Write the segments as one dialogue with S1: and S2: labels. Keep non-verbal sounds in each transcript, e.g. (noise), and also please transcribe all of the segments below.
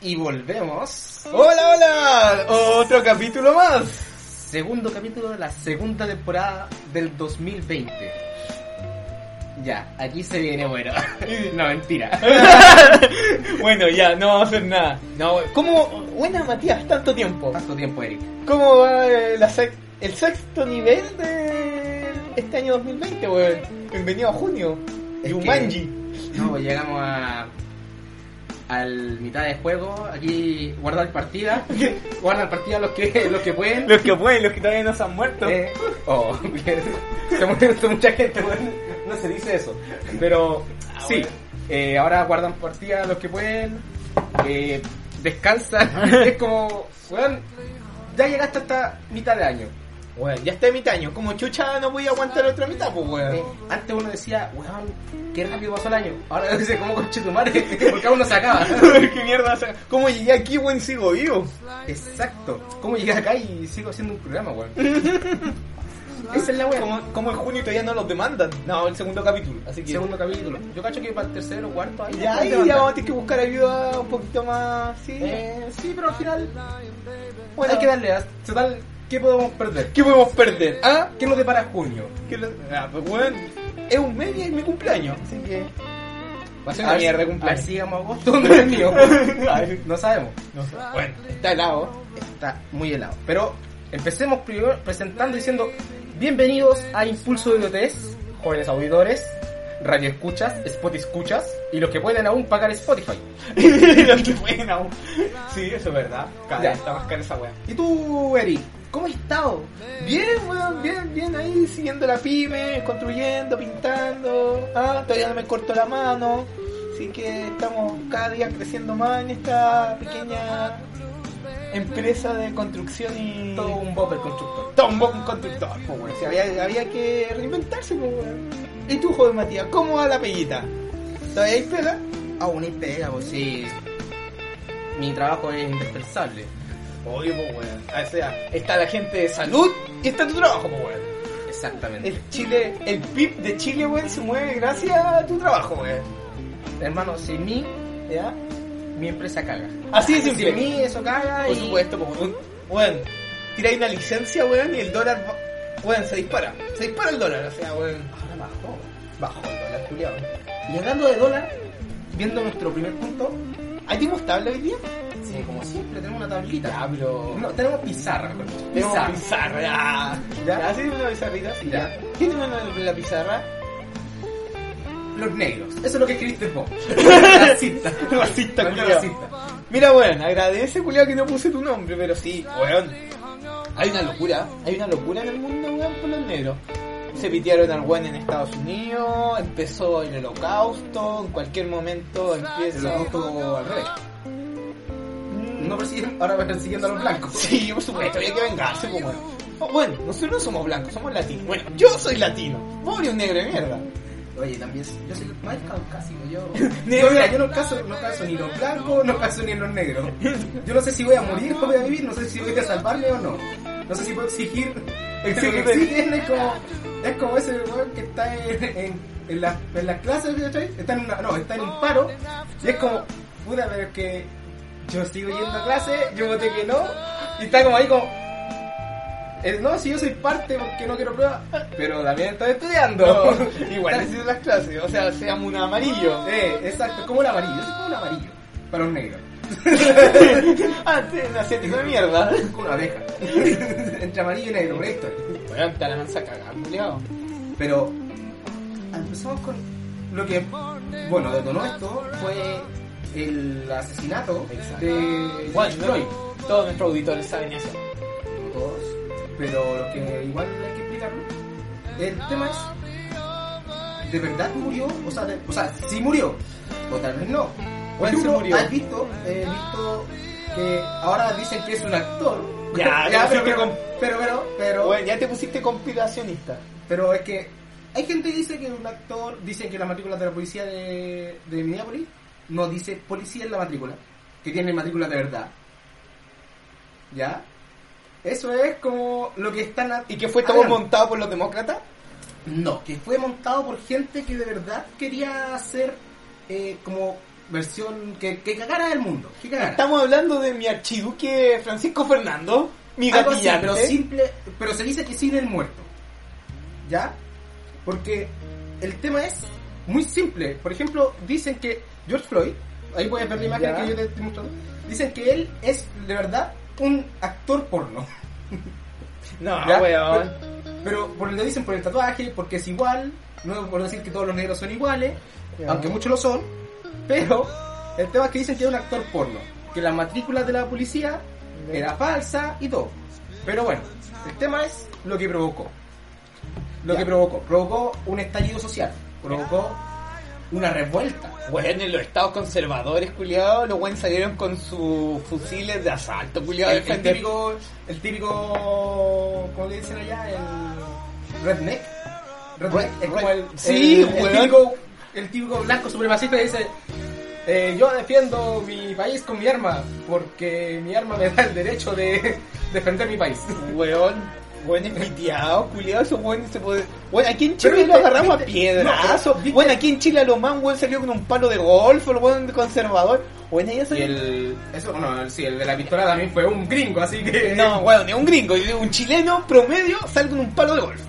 S1: Y volvemos.
S2: ¡Hola, hola! Otro capítulo más.
S1: Segundo capítulo de la segunda temporada del 2020. Ya, aquí se viene
S2: (laughs)
S1: bueno. No, mentira.
S2: Bueno, ya, no vamos a hacer nada. No, ¿Cómo? Buena, Matías, tanto tiempo.
S1: Tanto tiempo, Eric.
S2: ¿Cómo va eh, la sec- el sexto nivel de este año 2020, weón? Bienvenido a junio.
S1: Es
S2: Yumanji. (laughs)
S1: No, pues llegamos a. Al mitad de juego, aquí guardar
S2: (laughs)
S1: partida. Guardar partida los que, los que pueden.
S2: Los que pueden, los que todavía no se han muerto.
S1: Eh, oh, (laughs) bien. se muere mucha gente, bueno, no se dice eso. Pero sí, eh, ahora guardan partida los que pueden, eh, descansan, (laughs) es como, weón, ya llegaste hasta mitad de año.
S2: Weón, ya está mitad año. Como chucha no voy a aguantar otra mitad,
S1: Eh,
S2: pues, weón.
S1: antes uno decía, weón, qué rápido pasó el año. Ahora dice, ¿cómo conche tu madre? (laughs) Porque aún no se acaba.
S2: (laughs) ¿Qué mierda? o sea, ¿Cómo llegué aquí, weón? Sigo vivo.
S1: Exacto. ¿Cómo llegué acá y sigo haciendo un programa,
S2: (laughs)
S1: weón? Esa es la weón.
S2: Como, como en junio todavía no los demandan. No, el segundo capítulo. Así que.
S1: Segundo capítulo. Yo cacho que para el tercero o cuarto ahí
S2: Ya,
S1: bastante
S2: ahí ya
S1: banda.
S2: vamos a tener que buscar ayuda un poquito más. Sí.
S1: Eh, sí, pero al final
S2: Bueno,
S1: hay que darle a total qué podemos perder.
S2: ¿Qué podemos perder? ¿Ah?
S1: ¿Qué nos depara junio?
S2: que lo- ah, pues, weón, es un mes y es mi cumpleaños. Así que.
S1: Va a
S2: ser una
S1: ver-
S2: mierda de
S1: A ver
S2: cumpleaños.
S1: si llegamos a agosto donde es el (laughs) mío.
S2: A ver,
S1: No sabemos.
S2: no sé. Bueno, está (laughs) helado.
S1: Está muy helado. Pero empecemos primero presentando diciendo bienvenidos a Impulso de IoTs, jóvenes auditores, radio escuchas, spot escuchas y los que pueden aún pagar Spotify.
S2: Lo que bueno. Sí, eso es verdad. Cada
S1: Ya.
S2: vez está más cara esa weá.
S1: ¿Y tú, Eric? ¿Cómo has estado?
S2: Bien, weón, bien, bien ahí, siguiendo la pyme, construyendo, pintando. Ah, todavía no me corto la mano. Así que estamos cada día creciendo más en esta pequeña empresa de construcción y.
S1: Todo un bopper constructor.
S2: Tombo un constructor, pues, weón. O sea, había, había que reinventarse, pues, weón. ¿Y tú, joven Matías, cómo va la pellita? ¿Todavía hay pela?
S1: Aún hay pega, pues sí. Mi trabajo es indispensable.
S2: Oye, pues, weón. O sea, está la gente de salud y está tu trabajo, pues, weón.
S1: Exactamente.
S2: El Chile, el PIB de Chile, weón, se mueve gracias a tu trabajo, weón.
S1: Hermano, sin mí,
S2: ¿Ya?
S1: mi empresa caga.
S2: Así de simple.
S1: Sin mí, eso caga
S2: Por
S1: y...
S2: supuesto, pues, weón. Weón, tiráis una licencia, weón, y el dólar, va- weón, se dispara. Se dispara el dólar, o sea, weón.
S1: Ahora bajó.
S2: Bajo el dólar, culiado.
S1: Y hablando de dólar, viendo nuestro primer punto,
S2: ¿Hay tipo estable hoy día?
S1: sí, como siempre tenemos una tablita.
S2: Ya, pero...
S1: No, tenemos pizarra, mejor dicho.
S2: Tenemos
S1: Pizarra.
S2: pizarra.
S1: Ya.
S2: Ya, sí, una pizarrita, sí,
S1: Ya.
S2: ya. ¿Quién tiene una la pizarra?
S1: Los negros. Eso es lo que escribiste
S2: (laughs)
S1: vos. Racista.
S2: Racista,
S1: Maldito
S2: culiao.
S1: racista.
S2: Mira, weón, agradece, culiao, que no puse tu nombre, pero sí, weón. Hay una locura, hay una locura en el mundo, weón, por los negros. Se pitearon al weón en Estados Unidos, empezó el holocausto, en cualquier momento
S1: El
S2: empieza...
S1: holocausto al revés.
S2: Mm,
S1: No persiguen, ahora van persiguiendo a los blancos.
S2: Sí, por supuesto, había que vengarse, pues, weón. Oh, bueno, nosotros no somos blancos, somos latinos. Bueno, yo soy latino. Pobre un negro de mierda.
S1: Oye, también yo soy más caucásico, yo.
S2: Negro.
S1: Yo, mira, yo no caso, no caso ni los blancos, no caso ni en los negros. Yo no sé si voy a morir o voy a vivir, no sé si voy a salvarme o no. No sé si puedo exigir. Exigir, exigen, es como, es como ese weón que está en, en, en las en las clases, ¿cachai? Está en una, no, está en un paro y es como, puta, pero es que yo sigo yendo a clase, yo voté que no, y está como ahí como. eh, No, si yo soy parte porque no quiero prueba, pero también estoy estudiando. (laughs)
S2: Igual
S1: Está-
S2: necesito las clases, o sea, seamos un amarillo.
S1: eh, exacto, como el amarillo, eso es como el amarillo para los negros.
S2: Antes, un asiático de mierda.
S1: Una abeja. (laughs) Entre amarillo y negro, una historia.
S2: Bueno, está la mansa cagada, culiao.
S1: Pero empezamos con lo que, bueno, detonó esto fue el asesinato
S2: Exacto.
S1: de
S2: Bueno, no, todos nuestros auditores saben eso.
S1: Todos, pero lo que igual hay que explicarlo. El tema es, ¿de verdad murió? O sea, de- o sea sí murió, o tal vez no. Por
S2: ¿Cuál se
S1: ejemplo,
S2: murió?
S1: ¿Has visto, eh, visto que ahora dicen que es un actor? (laughs)
S2: Ya, ya,
S1: pero,
S2: sí,
S1: pero, pero, pero, pero,
S2: Bueno, ya te pusiste compilacionista.
S1: pero es que hay gente que dice que un actor, dicen que la matrícula de la policía de, de Minneapolis no dice policía en la matrícula, que tiene matrícula de verdad. ¿Ya? Eso es como lo que están... a-
S2: ¿Y que fue todo
S1: Ah,
S2: montado por los demócratas?
S1: No, que fue montado por gente que de verdad quería hacer eh, como versión que, que cagara el mundo. Que cagara.
S2: Estamos hablando de mi archiduque Francisco Fernando, mi
S1: Algo así,
S2: gatillante.
S1: pero simple, pero se dice que sin el muerto. ¿Ya? Porque el tema es muy simple. Por ejemplo, dicen que George Floyd, ahí puedes ver la imagen
S2: Ya.
S1: que yo te estoy mostrando, dicen que él es de verdad un actor porno.
S2: No,
S1: ¿Ya?
S2: Ah, weón.
S1: Pero por, le dicen por el tatuaje, porque es igual, no por decir que todos los negros son iguales,
S2: Ya.
S1: aunque muchos lo son, pero el tema es que dicen que es un actor porno, que la matrícula de la policía
S2: Ya.
S1: era falsa y todo. Pero bueno, el tema es lo que provocó. Lo
S2: Ya.
S1: que provocó, provocó un estallido social, provocó una revuelta.
S2: Bueno, en los estados conservadores, culiados, los güeyes salieron con sus fusiles de asalto, culiado.
S1: El, el típico, el típico, ¿cómo le dicen allá? El redneck. Redneck
S2: Red-
S1: es como
S2: red-
S1: el,
S2: Sí,
S1: el, el
S2: weón.
S1: típico, el típico blanco supremacista que dice, eh, yo defiendo mi país con mi arma, porque mi arma me da el derecho de (laughs) defender mi país.
S2: Weón, weón envidiado, culiado, esos weones se puede. Bueno, aquí en Chile
S1: Pero
S2: lo
S1: viste-
S2: agarramos a
S1: viste-
S2: piedrazos.
S1: no, pero-
S2: bueno, aquí en Chile a lo más un weón salió con un palo de golf, el weón conservador. Bueno, ya
S1: Y
S2: salió.
S1: el, (laughs) eso, bueno, el- sí, el de la pistola también fue un gringo, así (laughs) que...
S2: Eh, No, weón, ni un gringo, yo digo, un chileno promedio sale con un palo de golf.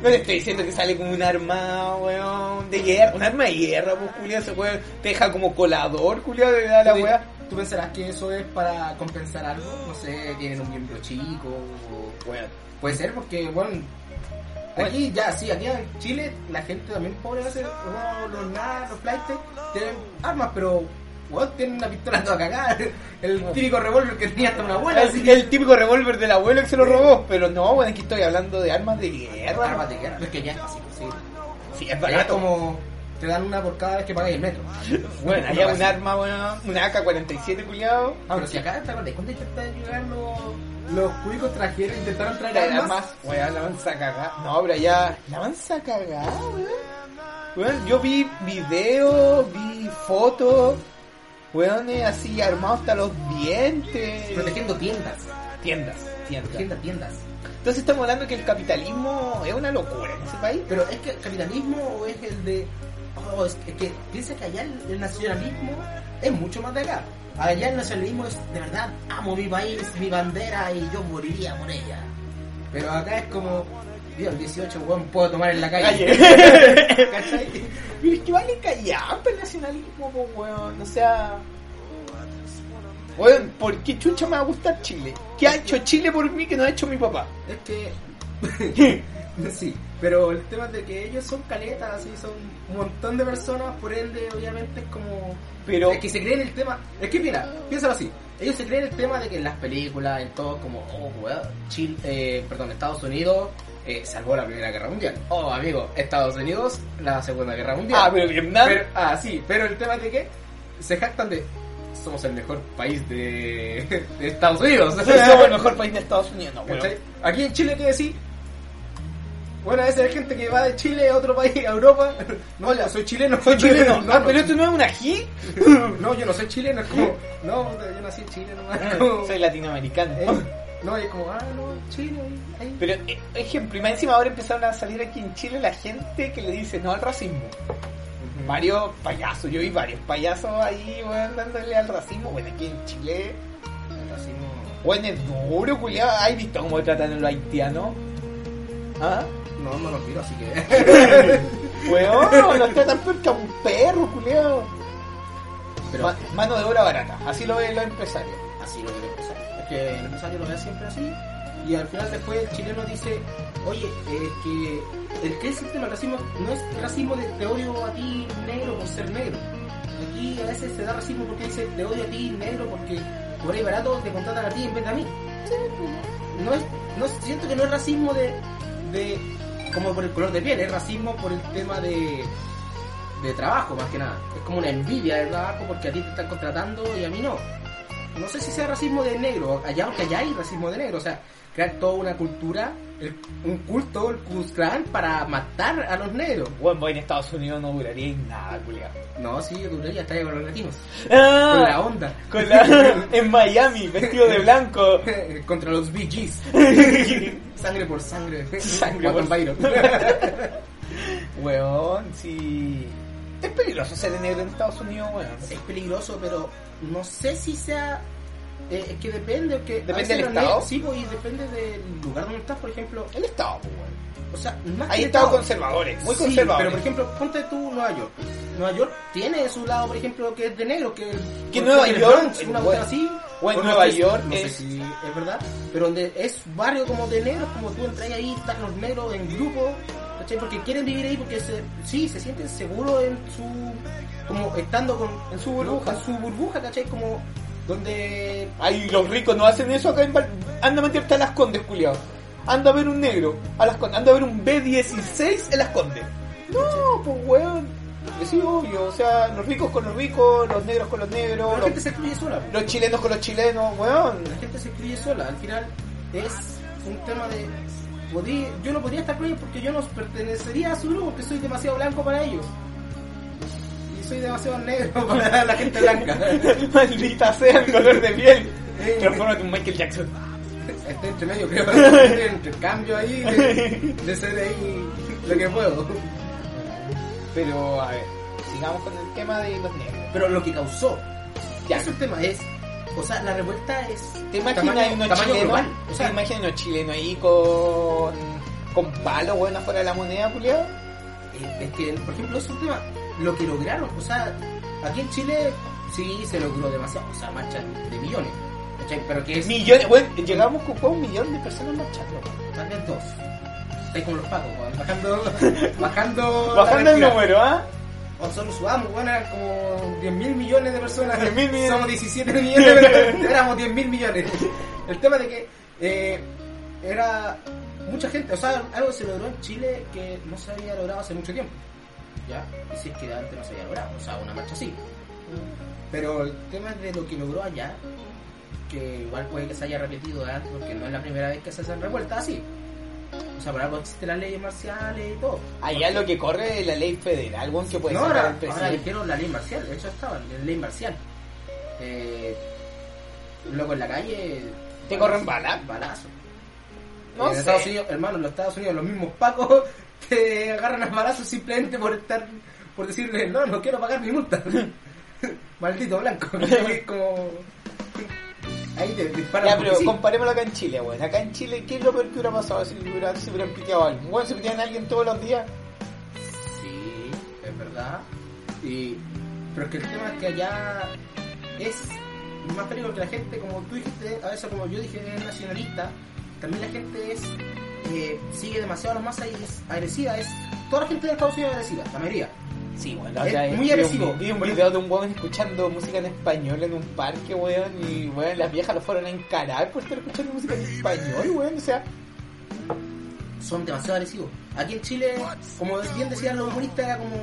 S2: No le estoy diciendo que sale con un arma, weón, de guerra, un arma de guerra, pues, culiado, ese weón te deja como colador, culiado, de la
S1: Sí.
S2: weá.
S1: ¿Tú pensarás que eso es para compensar algo? No sé, tienen un miembro chico o...
S2: Weón.
S1: Puede ser porque, bueno, aquí ya, sí, aquí en Chile la gente también pobre hace, bueno, los nada, los flightes, tienen armas, pero, bueno, tienen una pistola toda cagada, (laughs) el típico revólver que tenía hasta una abuela, así
S2: El,
S1: que...
S2: el típico revólver del abuelo que se lo robó, pero no, bueno, aquí estoy hablando de armas de guerra.
S1: Armas de guerra, es que ya es así, sí.
S2: Sí,
S1: Allá
S2: es
S1: es
S2: barato.
S1: como, te dan una por cada vez que pagáis el metro.
S2: Bueno, allá
S1: Una
S2: un
S1: cosa
S2: arma, weón, una AK-47, culiado.
S1: así. Ah, Pero si acá, ¿te acuerdas cuando intentaron llegar los, los cuicos trajeron, intentaron traer
S2: La
S1: armas?
S2: más, weón, la mansa cagada. No, pero allá, la mansa cagada, weón. Weón, yo vi videos, vi fotos, weones así armados hasta los dientes.
S1: Protegiendo tiendas,
S2: Tiendas, tiendas.
S1: protegiendo tiendas.
S2: Entonces estamos hablando que el capitalismo es una locura en ese país.
S1: Pero es que el capitalismo o es el de. oh, es, que- es que piensa que allá el, el nacionalismo es mucho más de acá. Allá el nacionalismo es de verdad, amo mi país, mi bandera y yo moriría por ella. Pero acá es como, Dios, 18 weón puedo tomar en la calle. (laughs) ¿Cachai?
S2: Pero es que vale callampa el nacionalismo, po, weón. O sea. Weón, ¿por qué chucha me va a gustar Chile? ¿Qué ha hecho Chile por mí que no ha hecho mi papá?
S1: Es que. (laughs) sí, pero el tema es de que ellos son caletas, así, son un montón de personas, por ende, obviamente es como.
S2: Pero.
S1: Es que se creen el tema. Es que mira, piénsalo así. Ellos se creen el tema de que en las películas, en todo, como, oh, weón, Chile, eh, perdón, Estados Unidos eh, salvó la Primera Guerra Mundial. Oh, amigo, Estados Unidos, la Segunda Guerra Mundial.
S2: Ah, pero Vietnam.
S1: Pero- ah, sí, pero el tema es de que se jactan de. Somos el mejor país de, (laughs) de Estados Unidos.
S2: somos el mejor país de Estados Unidos, no, weón.
S1: (laughs) ¿Cachai? Aquí en Chile, ¿qué decir? Bueno, esa es gente que va de Chile a otro país, a Europa. (laughs) No, ya, soy chileno.
S2: Soy chileno.
S1: (laughs) No,
S2: Ah,
S1: no,
S2: pero esto no es
S1: (laughs)
S2: una G.
S1: no, yo no soy chileno, es como, no, yo nací en Chile nomás. es como,
S2: Soy latinoamericano.
S1: eh, no, es como, ah, no, Chile, ahí.
S2: Pero, eh, ejemplo, y más encima ahora empezaron a salir aquí en Chile la gente que le dice no al racismo. Varios payasos, yo vi varios payasos ahí, weón, dándole al racismo. Bueno, aquí en Chile,
S1: Así no-
S2: bueno, es duro, culiado. ¿Has visto cómo tratan a los haitianos? ¿Ah?
S1: no, no lo miro, así que.
S2: Weón, los tratan peor que a un perro, culiado.
S1: Pero
S2: Ma- mano de obra barata, así lo ven los empresarios.
S1: así lo quiere empezar. Es que el empresario lo ve siempre así y al final después el chileno dice, oye, es que el que es sistema de racismo no es racismo de te odio a ti negro por ser negro. Aquí a veces se da racismo porque dice te odio a ti negro porque por ahí barato te contratan a ti en vez de a mí. No es, no es- siento que no es racismo de, de como por el color de piel, es racismo por el tema de de trabajo más que nada. Es como una envidia de trabajo porque a ti te están contratando y a mí no no sé si sea racismo de negro, allá aunque allá hay racismo de negro, o sea, crear toda una cultura, el- un culto, el Ku Klux Klan, para matar a los negros.
S3: Bueno, voy en Estados Unidos no duraría en nada, culiado.
S1: No, sí, yo duraría hasta ahí con los latinos, con la
S3: Ah,
S1: onda,
S3: con la- en Miami, vestido de blanco.
S1: (laughs) contra los BGs, sangre por sangre, (laughs)
S3: Sangre por-
S1: Guatón Byron.
S2: Weón, si. Es peligroso ser negro en Estados Unidos, weón.
S1: (laughs) es peligroso, pero no sé si sea. eh, es que depende. Que
S2: ¿Depende
S1: a veces
S2: del
S1: los
S2: estado?
S1: negros- Sí, pues, y depende del lugar donde estás, por ejemplo.
S2: El Estado, pues, weón.
S1: O sea, más
S2: Hay
S1: que
S2: Estados
S1: estado.
S2: conservadores, muy
S1: Sí,
S2: conservadores.
S1: Pero por ejemplo, ponte tú Nueva York. Nueva York tiene su lado, por ejemplo, que es de negro, que
S2: Que
S1: por
S2: Nueva
S1: ejemplo, el
S2: York,
S1: Bronx, una
S2: bueno,
S1: cuestión así.
S2: bueno,
S1: o
S2: Nueva
S1: sé si-
S2: York
S1: no sé
S2: es-
S1: si es verdad, pero donde es barrio como de negros, como tú entras ahí, están los negros en grupo, ¿cachai? Porque quieren vivir ahí porque se, sí, se sienten seguros en su como estando con en su burbuja, en su burbuja, ¿cachai? Como donde
S2: Ay, los ricos no hacen eso acá en Val... Anda a meterte a las condes, culiao. Anda a ver un negro a las condes. Anda a ver un B16 en las condes. No, pues weón. Es obvio. O sea, los ricos con los ricos, los negros con los negros,
S1: la gente
S2: los,
S1: se excluye sola.
S2: los chilenos con los chilenos, weón. (laughs)
S1: la gente se escribe sola. Al final es un tema de... podí- yo no podría estar con ellos porque yo no pertenecería a su grupo porque soy demasiado blanco para ellos. Y soy demasiado negro (laughs) para la gente blanca.
S2: Maldita sea el color de piel.
S3: Transformate en Michael Jackson.
S1: Estoy entre medio, creo. Estoy entre cambio ahí de, de ser ahí lo que puedo.
S2: Pero, a ver, sigamos con el tema de los negros.
S1: Pero lo que causó, ya
S2: Ya.
S1: eso el tema es... O sea, la revuelta es...
S2: ¿Te imaginas
S1: tamaño-
S2: unos
S1: tamaño
S2: chilenos?
S1: global.
S2: O sea, ¿te imaginas unos chilenos ahí con, con palos, weón, afuera de la moneda, culiao?
S1: Eh, es que, por ejemplo, es un tema, lo que lograron, o sea, aquí en Chile sí se logró demasiado, o sea, marchas de millones, ¿cachai? Pero que es
S2: Millones, bueno, llegamos con un millón de personas marchando.
S1: más de dos. Estáis como los pacos, weón, bajando, (laughs) bajando, la
S2: Bajando el
S1: cantidad.
S2: número, ¿ah?
S1: O solo subamos, weón, eran como 10 mil millones de personas.
S2: 10.000 millones.
S1: Somos 17 millones, pero (laughs) éramos 10 mil millones. El tema de que eh, era mucha gente, o sea, algo se logró en Chile que no se había logrado hace mucho tiempo. ¿Ya? Y si es que antes no se había logrado, o sea, una marcha así. Pero el tema es de lo que logró allá, que igual puede que se haya repetido de antes, porque no es la primera vez que se hacen revueltas así. O sea, por algo existen las leyes marciales y todo.
S2: Allá lo que corre es la ley federal, weón, que puede
S1: No,
S2: sacar
S1: ahora,
S2: al presidente.
S1: ahora dijeron la ley marcial, de hecho estaba, la ley marcial. Eh, loco en la calle.
S2: ¿Te corren bala?
S1: Balazo.
S2: No
S1: en
S2: sé.
S1: Estados Unidos, hermano, en los Estados Unidos los mismos pacos (laughs) te agarran a balazos simplemente por estar. por decirle, no, no quiero pagar mi multa. (laughs) Maldito blanco. (laughs) Es como. Ahí te disparan.
S2: (laughs) Ya,
S1: porque
S2: pero
S1: sí.
S2: comparémoslo acá en Chile, weón. Acá en Chile, ¿qué es lo peor que hubiera pasado si le hubiera- se hubieran piteado a alguien? Weón, se pitean a alguien todos los días.
S1: Sí, es verdad. Y, pero es que el tema es que allá es más peligro que la gente, como tú dijiste, a veces como yo dije, es nacionalista, también la gente es eh, sigue demasiado a la masa y es agresiva. Es, toda la gente de Estados Unidos es agresiva, la mayoría.
S2: Sí, weón.
S1: Es muy
S2: vi un-
S1: agresivo.
S2: Vi un video de un weón escuchando música en español en un parque, weón, y weón, las viejas lo fueron a encarar por estar escuchando música en español, weón. O sea,
S1: Son demasiado agresivos. Aquí en Chile, como bien decían los humoristas, era como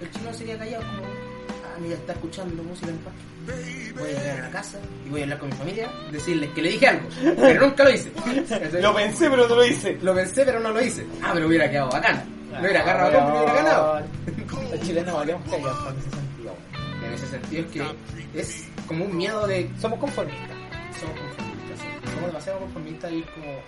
S1: el chino se queda callado, como, ah, mira, está escuchando música en paz. Voy a llegar a la casa y voy a hablar con mi familia, decirles que le dije algo, pero nunca lo hice.
S2: lo pensé, pero no lo hice.
S1: Lo pensé, pero no lo hice. Ah, pero hubiera quedado bacana. Me hubiera
S2: Ah,
S1: agarrado a combo y hubiera ganado.
S2: ganado. Los chilenos valemos cagados en ese sentido. weón.
S1: En ese sentido es que es como un miedo de...
S2: Somos conformistas.
S1: Somos conformistas, sí. somos demasiado conformistas y es como...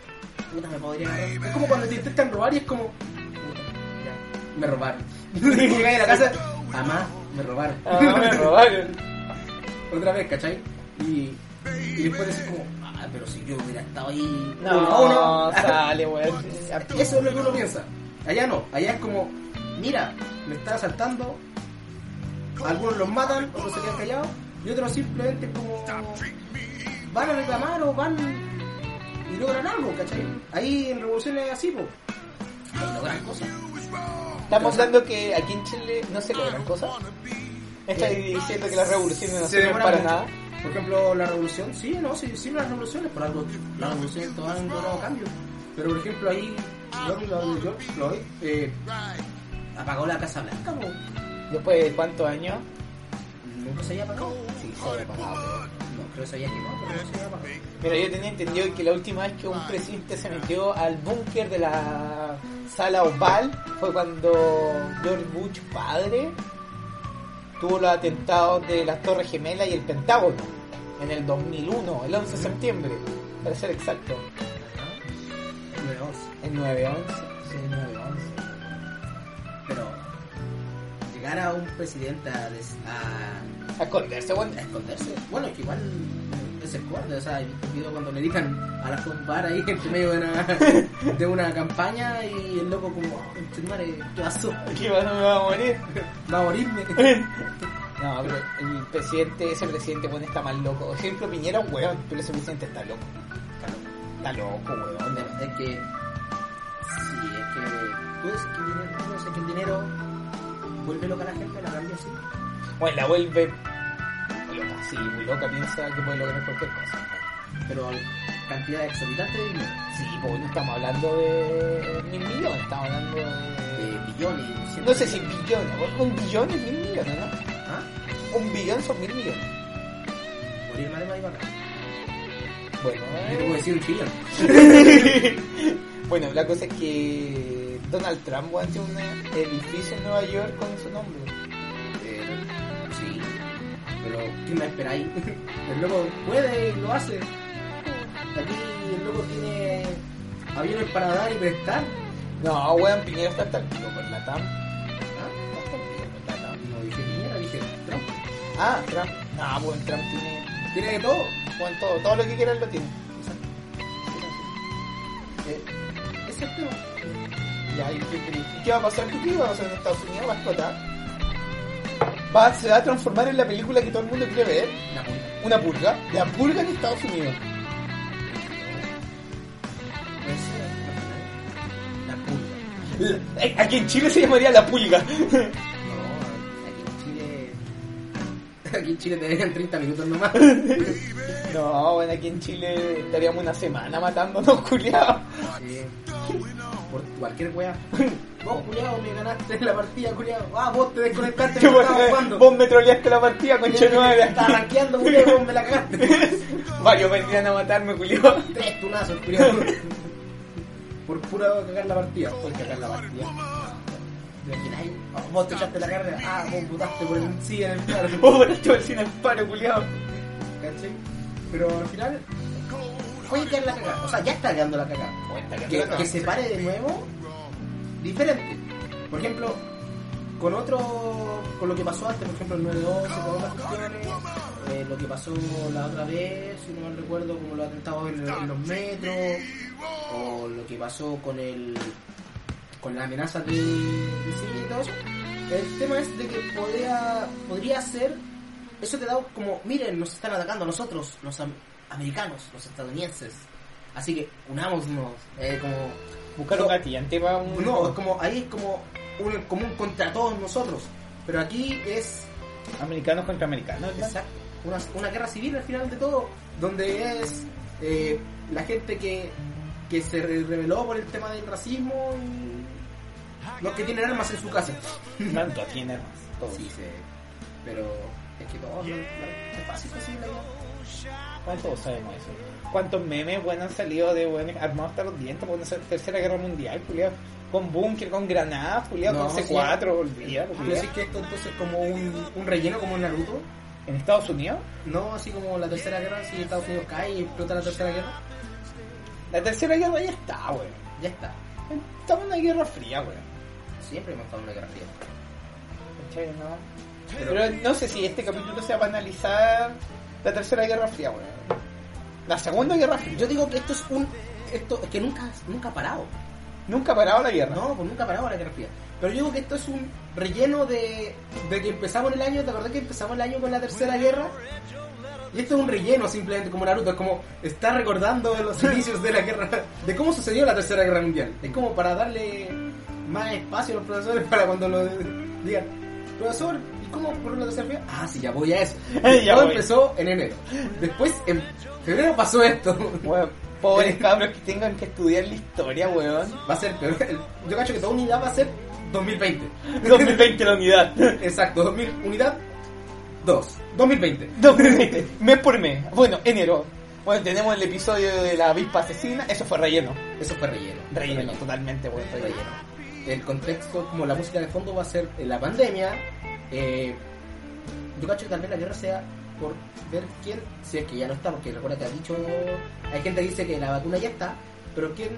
S1: Puta, me podría agarrar. Es como cuando te intentan robar y es como... Puta, ya, me robaron. (laughs) Llegáis a la casa, mamá, me robaron.
S2: Ah, me robaron.
S1: (laughs) Otra vez, ¿cachai? Y, y después decís como... Ah, pero si yo hubiera estado ahí...
S2: No,
S1: uno a uno".
S2: sale, weón. (laughs)
S1: Eso es lo que uno piensa. Allá no, allá es como, mira, me están asaltando, algunos los matan, otros se quedan callados, y otros simplemente como van a reclamar o van y logran algo, ¿cachai? Ahí en revoluciones así, pues, logran cosas.
S2: Estamos hablando que aquí en Chile no se logran cosas. Estoy diciendo que las revoluciones no
S1: Se
S2: sirven
S1: demora
S2: para
S1: mucho.
S2: nada.
S1: Por ejemplo, la revolución, sí, no, sí, sí, las revoluciones, por algo, las revoluciones todas han logrado cambios. Pero por ejemplo, ahí, George, George, George Floyd eh, apagó la Casa Blanca, po.
S2: Después de cuántos años,
S1: Nunca se había apagado. Sí, se había apagado. pero No, creo que se había quemado, pero no se había apagado.
S2: Mira, yo tenía entendido que la última vez que un presidente se metió al búnker de la sala oval fue cuando George Bush padre tuvo los atentados de las Torres Gemelas y el Pentágono en el 2001, el 11 de septiembre, para ser exacto,
S1: Pero,
S2: el 9-11. Sí, el 9-11.
S1: pero llegar a un presidente a, des- a-
S2: A esconderse,
S1: a
S2: (laughs) bueno.
S1: esconderse, bueno, que igual es el cobarde, o sea, yo te pido cuando le dedican a las compadres ahí entre medio de una, de una campaña y el loco como, "Oh, este madre, ¿qué pasó?
S2: ¿Qué va? ¿No me va a morir?
S1: Va a morirme.
S2: No, pero el presidente, ese presidente bueno está mal loco. Por ejemplo, Piñera un weón, pero ese presidente está loco. Está loco, weón.
S1: Onda, Es que, sí, es que, pues, que el dinero, no sé, que el dinero vuelve loca a la gente, la cambia así.
S2: Bueno, la vuelve muy loca, sí, muy loca, piensa que puede lograr cualquier cosa.
S1: pero cantidad exorbitante de dinero,
S2: Sí, porque no estamos hablando de mil millones, estamos hablando de...
S1: de billones. cientos
S2: No sé si
S1: de-
S2: billones, bueno, un billón es mil millones, ¿no?
S1: ¿Ah?
S2: Un billón son mil millones.
S1: Por ir mal, mal, mal.
S2: Bueno,
S1: Yo te
S2: eh,
S1: puedo decir un billón.
S2: (laughs) bueno, la cosa es que Donald Trump weón, tiene un edificio en Nueva York con su nombre.
S1: Eh, sí, pero ¿qué me esperáis? El loco puede, y lo hace. Aquí el loco tiene aviones para dar y prestar.
S2: No, weón, Piñera está hasta el pico con la TAM.
S1: ¿Ah?
S2: Está hasta el pico con la TAM.
S1: No dije mierda, dije Trump.
S2: Ah, Trump. No, weón, Trump tiene...
S1: Tiene de todo.
S2: Weón, todo, todo lo que quieran lo tiene. Eh,
S1: Ese es el tema.
S2: Ya, ¿y qué, qué- qué va a pasar? ¿Qué, qué va a pasar en Estados Unidos? ¿Va a explotar? Va, ¿Se va a transformar en la película que todo el mundo quiere ver?
S1: La punta.
S2: Una purga. La purga en Estados Unidos.
S1: Es la punta.
S2: La- eh, aquí en Chile se llamaría la pulga. (laughs)
S1: No, aquí en Chile. Aquí en Chile te dejan 30 minutos nomás.
S2: no, bueno, aquí en Chile estaríamos una semana matándonos, (laughs) culiados.
S1: Eh, por cualquier wea. (laughs) Vos, culiao, me ganaste la partida, culiao. Ah, vos te
S2: (laughs)
S1: desconectaste, me estaba jugando.
S2: Vos me troleaste la partida, conchenueve.
S1: Estaba
S2: (laughs)
S1: rankeando, culiao, vos me la cagaste.
S2: Varios vendrían a matarme, culiado.
S1: Tres tunazos, culiao. Por pura cagar la partida. Por cagar la partida. ¿Te imagináis? Ah, Vos te echaste la carga. Ah, vos votaste por el sí en el claro.
S2: (laughs) Vos volaste al cine al paro, culiado.
S1: ¿Cachai? Pero al final... Puede quedar la cagada. O sea, ya está quedando la cagada. que, que se pare de nuevo diferente. Por ejemplo, con otro, con lo que pasó antes, por ejemplo, el 9-11, con otras cuestiones, eh, lo que pasó la otra vez, si no mal recuerdo, como los atentados en, en los metros, o lo que pasó con el con la amenaza de, de civil y todo eso. El tema es de que podría, podría ser, eso te da como, miren, nos están atacando a nosotros, los am- americanos, los estadounidenses. Así que unámonos, eh, como
S2: Buscar un gatillante para un...
S1: no, es como, ahí es como un, como un contra todos nosotros. Pero aquí es
S2: Americanos contra americanos. ¿verdad?
S1: exacto, una, una guerra civil al final de todo, donde es eh, la gente que, que se re- rebeló por el tema del racismo y los que tienen armas en su casa.
S2: Tanto tiene armas. Todos.
S1: Sí, se- pero es que todo es fácil posible. ¿no?
S2: Bueno, todos sabemos eso. ¿Cuántos memes buenos han salido de buenos armados hasta los dientes por la tercera guerra mundial, culiado? Con búnker, con granadas, culiado,
S1: No,
S2: con C4, olvida,
S1: Pero
S2: culiao.
S1: decís que esto entonces es como un, un relleno como en Naruto,
S2: ¿En Estados Unidos?
S1: no así como la tercera guerra, si Estados Unidos cae y explota la tercera guerra,
S2: La tercera guerra ya está, weón.
S1: ya está.
S2: Estamos en una guerra fría, weón.
S1: Siempre hemos estado en una guerra fría.
S2: ¿Cachai, no? Pero no sé si este capítulo sea para analizar la tercera guerra fría, weón. La segunda guerra fría.
S1: Yo digo que esto es un. Esto es que nunca, nunca ha parado.
S2: Nunca ha parado la guerra.
S1: No, pues nunca paraba la Guerra Fría. Pero yo digo que esto es un relleno de, de que empezamos el año, ¿te acordás que empezamos el año con la Tercera Guerra? Y esto es un relleno simplemente como Naruto, es como está recordando
S2: (laughs)
S1: los inicios de la guerra, de cómo sucedió la Tercera Guerra Mundial. Es como para darle más espacio a los profesores para cuando lo digan, profesor, ¿y cómo ocurrió la Tercera Guerra? Ah, sí, ya voy a eso.
S2: (laughs) Ya
S1: Todo
S2: voy.
S1: empezó en enero. Después, en febrero pasó esto.
S2: Weón, (laughs) pobres cabros que tengan que estudiar la historia, weón.
S1: Va a ser peor. Yo cacho que toda unidad va a ser 2020.
S2: 2020 la (laughs) unidad.
S1: (laughs) Exacto, 2000, unidad 2, 2020.
S2: 2020, mes por mes. Bueno, enero. Bueno, tenemos el episodio de la avispa asesina. Eso fue relleno.
S1: Eso fue relleno.
S2: Relleno, totalmente, weón. Relleno.
S1: El contexto, como la música de fondo, va a ser eh, la pandemia. eh, yo cacho que tal vez la guerra sea por ver quién, si es que ya no está, porque recuerda que ha dicho, hay gente que dice que la vacuna ya está, pero quién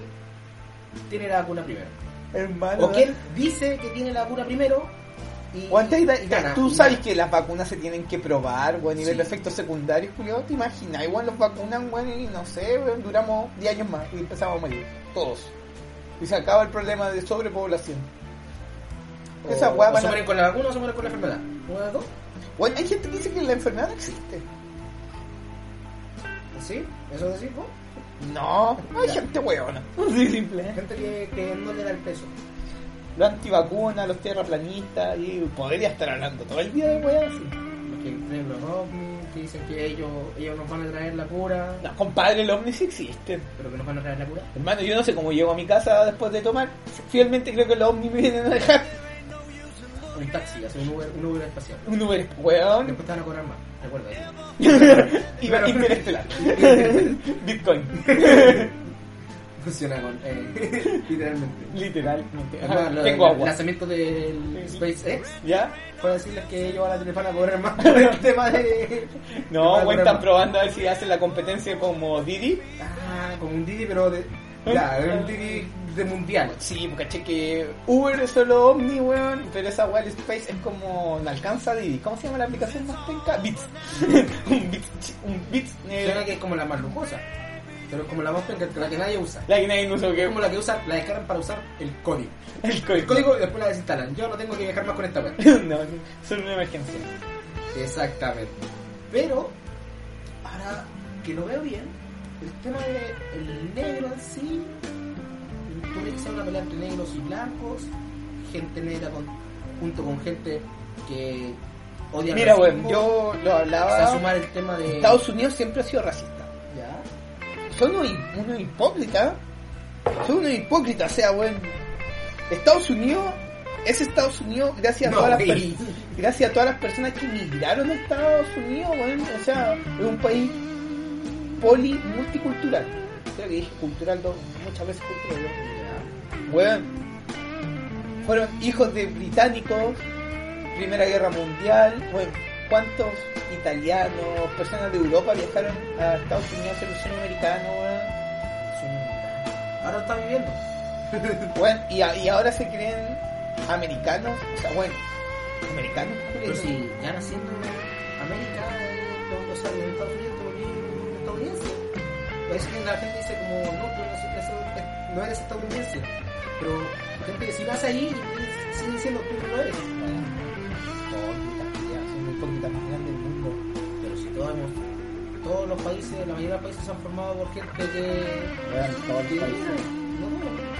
S1: tiene la vacuna primero.
S2: Hermano.
S1: O quién dice que tiene la vacuna primero y,
S2: Guante y da-
S1: y gana.
S2: Tú
S1: y
S2: sabes
S1: gana.
S2: que las vacunas se tienen que probar, weón, y ver
S1: Sí.
S2: los efectos secundarios, culiado. ¿Te imaginas? Igual los vacunan, weón, y no sé, weón, duramos 10 años más y empezamos a morir. Todos. Y se acaba el problema de sobrepoblación.
S1: O-
S2: esa weá
S1: o
S2: van
S1: se
S2: a-
S1: mueren con la vacuna o se mueren con la enfermedad. ¿Una de dos?
S2: Bueno, hay gente que dice que la enfermedad no existe.
S1: ¿Sí? ¿Eso decís vos?
S2: No, hay
S1: Ya. (laughs)
S2: gente weona. Sí, simple.
S1: Gente que, que no le da el peso.
S2: Los antivacunas, los terraplanistas, y podría estar hablando todo el día de weón así.
S1: Los que creen los ovnis, que dicen que ellos, ellos nos van a traer la cura,
S2: No, compadre, los ovnis sí existen.
S1: pero que nos van a traer la cura.
S2: Hermano, yo no sé cómo llego a mi casa después de tomar. Fielmente creo que los ovnis me vienen a dejar
S1: Un taxi, hace un Uber, un Uber espacial.
S2: un Uber, weón.
S1: Después te van a cobrar más, recuerda eso.
S2: Y va interestelar. (laughs) Bitcoin.
S1: Funciona con. eh, literalmente.
S2: (laughs) Literalmente.
S1: Es
S2: Ajá,
S1: más, lo-
S2: Tengo
S1: El
S2: agua.
S1: lanzamiento del SpaceX
S2: ¿Ya?
S1: fue decirles que ellos van a, les van a cobrar (laughs) más por el tema de. les van
S2: No,
S1: a
S2: güey,
S1: cobrar
S2: están
S1: más.
S2: probando a ver si hacen la competencia como Didi.
S1: Ah, como un Didi, pero de. Ya, es un Didi de mundial.
S2: Sí, porque caché que Uber es solo Omni, weón, pero esa Wall Space es como no alcanza a Didi. ¿Cómo se llama la aplicación más penca? Bits. (laughs) un Bits, un Bits
S1: Suena
S2: eh,
S1: que es como la más lujosa, pero es como la más penca, la que nadie usa.
S2: la que nadie usa,
S1: Es
S2: que
S1: como la que usan, la descargan para usar el código.
S2: el
S1: El código y después la desinstalan. Yo no tengo que viajar más con esta web.
S2: (laughs) no, no, solo una emergencia.
S1: Exactamente. Pero, ahora que lo veo bien, el tema del negro en sí, tuve que ser una pelea entre negros y blancos, gente negra con- junto con gente que odia el
S2: Mira, weón,
S1: racismo.
S2: yo lo
S1: Se va a
S2: hablaba.
S1: sumar el tema de...
S2: Estados Unidos siempre ha sido racista.
S1: Ya.
S2: son unos, hi- unos hipócritas. Son unos hipócritas, o sea, weón. Estados Unidos es Estados Unidos gracias a,
S1: No,
S2: todas, las
S1: güey.
S2: per- gracias a todas las personas que migraron a Estados Unidos, weón. O sea, es un país poli multicultural. Creo que dije cultural dos- muchas veces cultural. dos. Weón. Fueron hijos de británicos, Primera Guerra Mundial. Bueno, ¿cuántos italianos, personas de Europa viajaron a Estados Unidos, el sueño americano, weón?
S1: Ahora está viviendo.
S2: Bueno, y, a- y ahora se creen americanos. O sea, bueno, americanos.
S1: Pero si gana siendo América, eh, no, o sea, de Estados Unidos, te volví estadounidense. Por eso que la gente dice como, no, pues no, soy- eso- eh, no eres estadounidense. Pero la gente que si vas ahí, eh, sigue diciendo tú no lo eres.
S2: Hipócritas, ya, son los hipócritas más grandes del mundo.
S1: Pero si todos hemos- todos los países, la mayoría de los países se han formado por gente que...
S2: Weón, todos los
S1: que-
S2: países.
S1: no,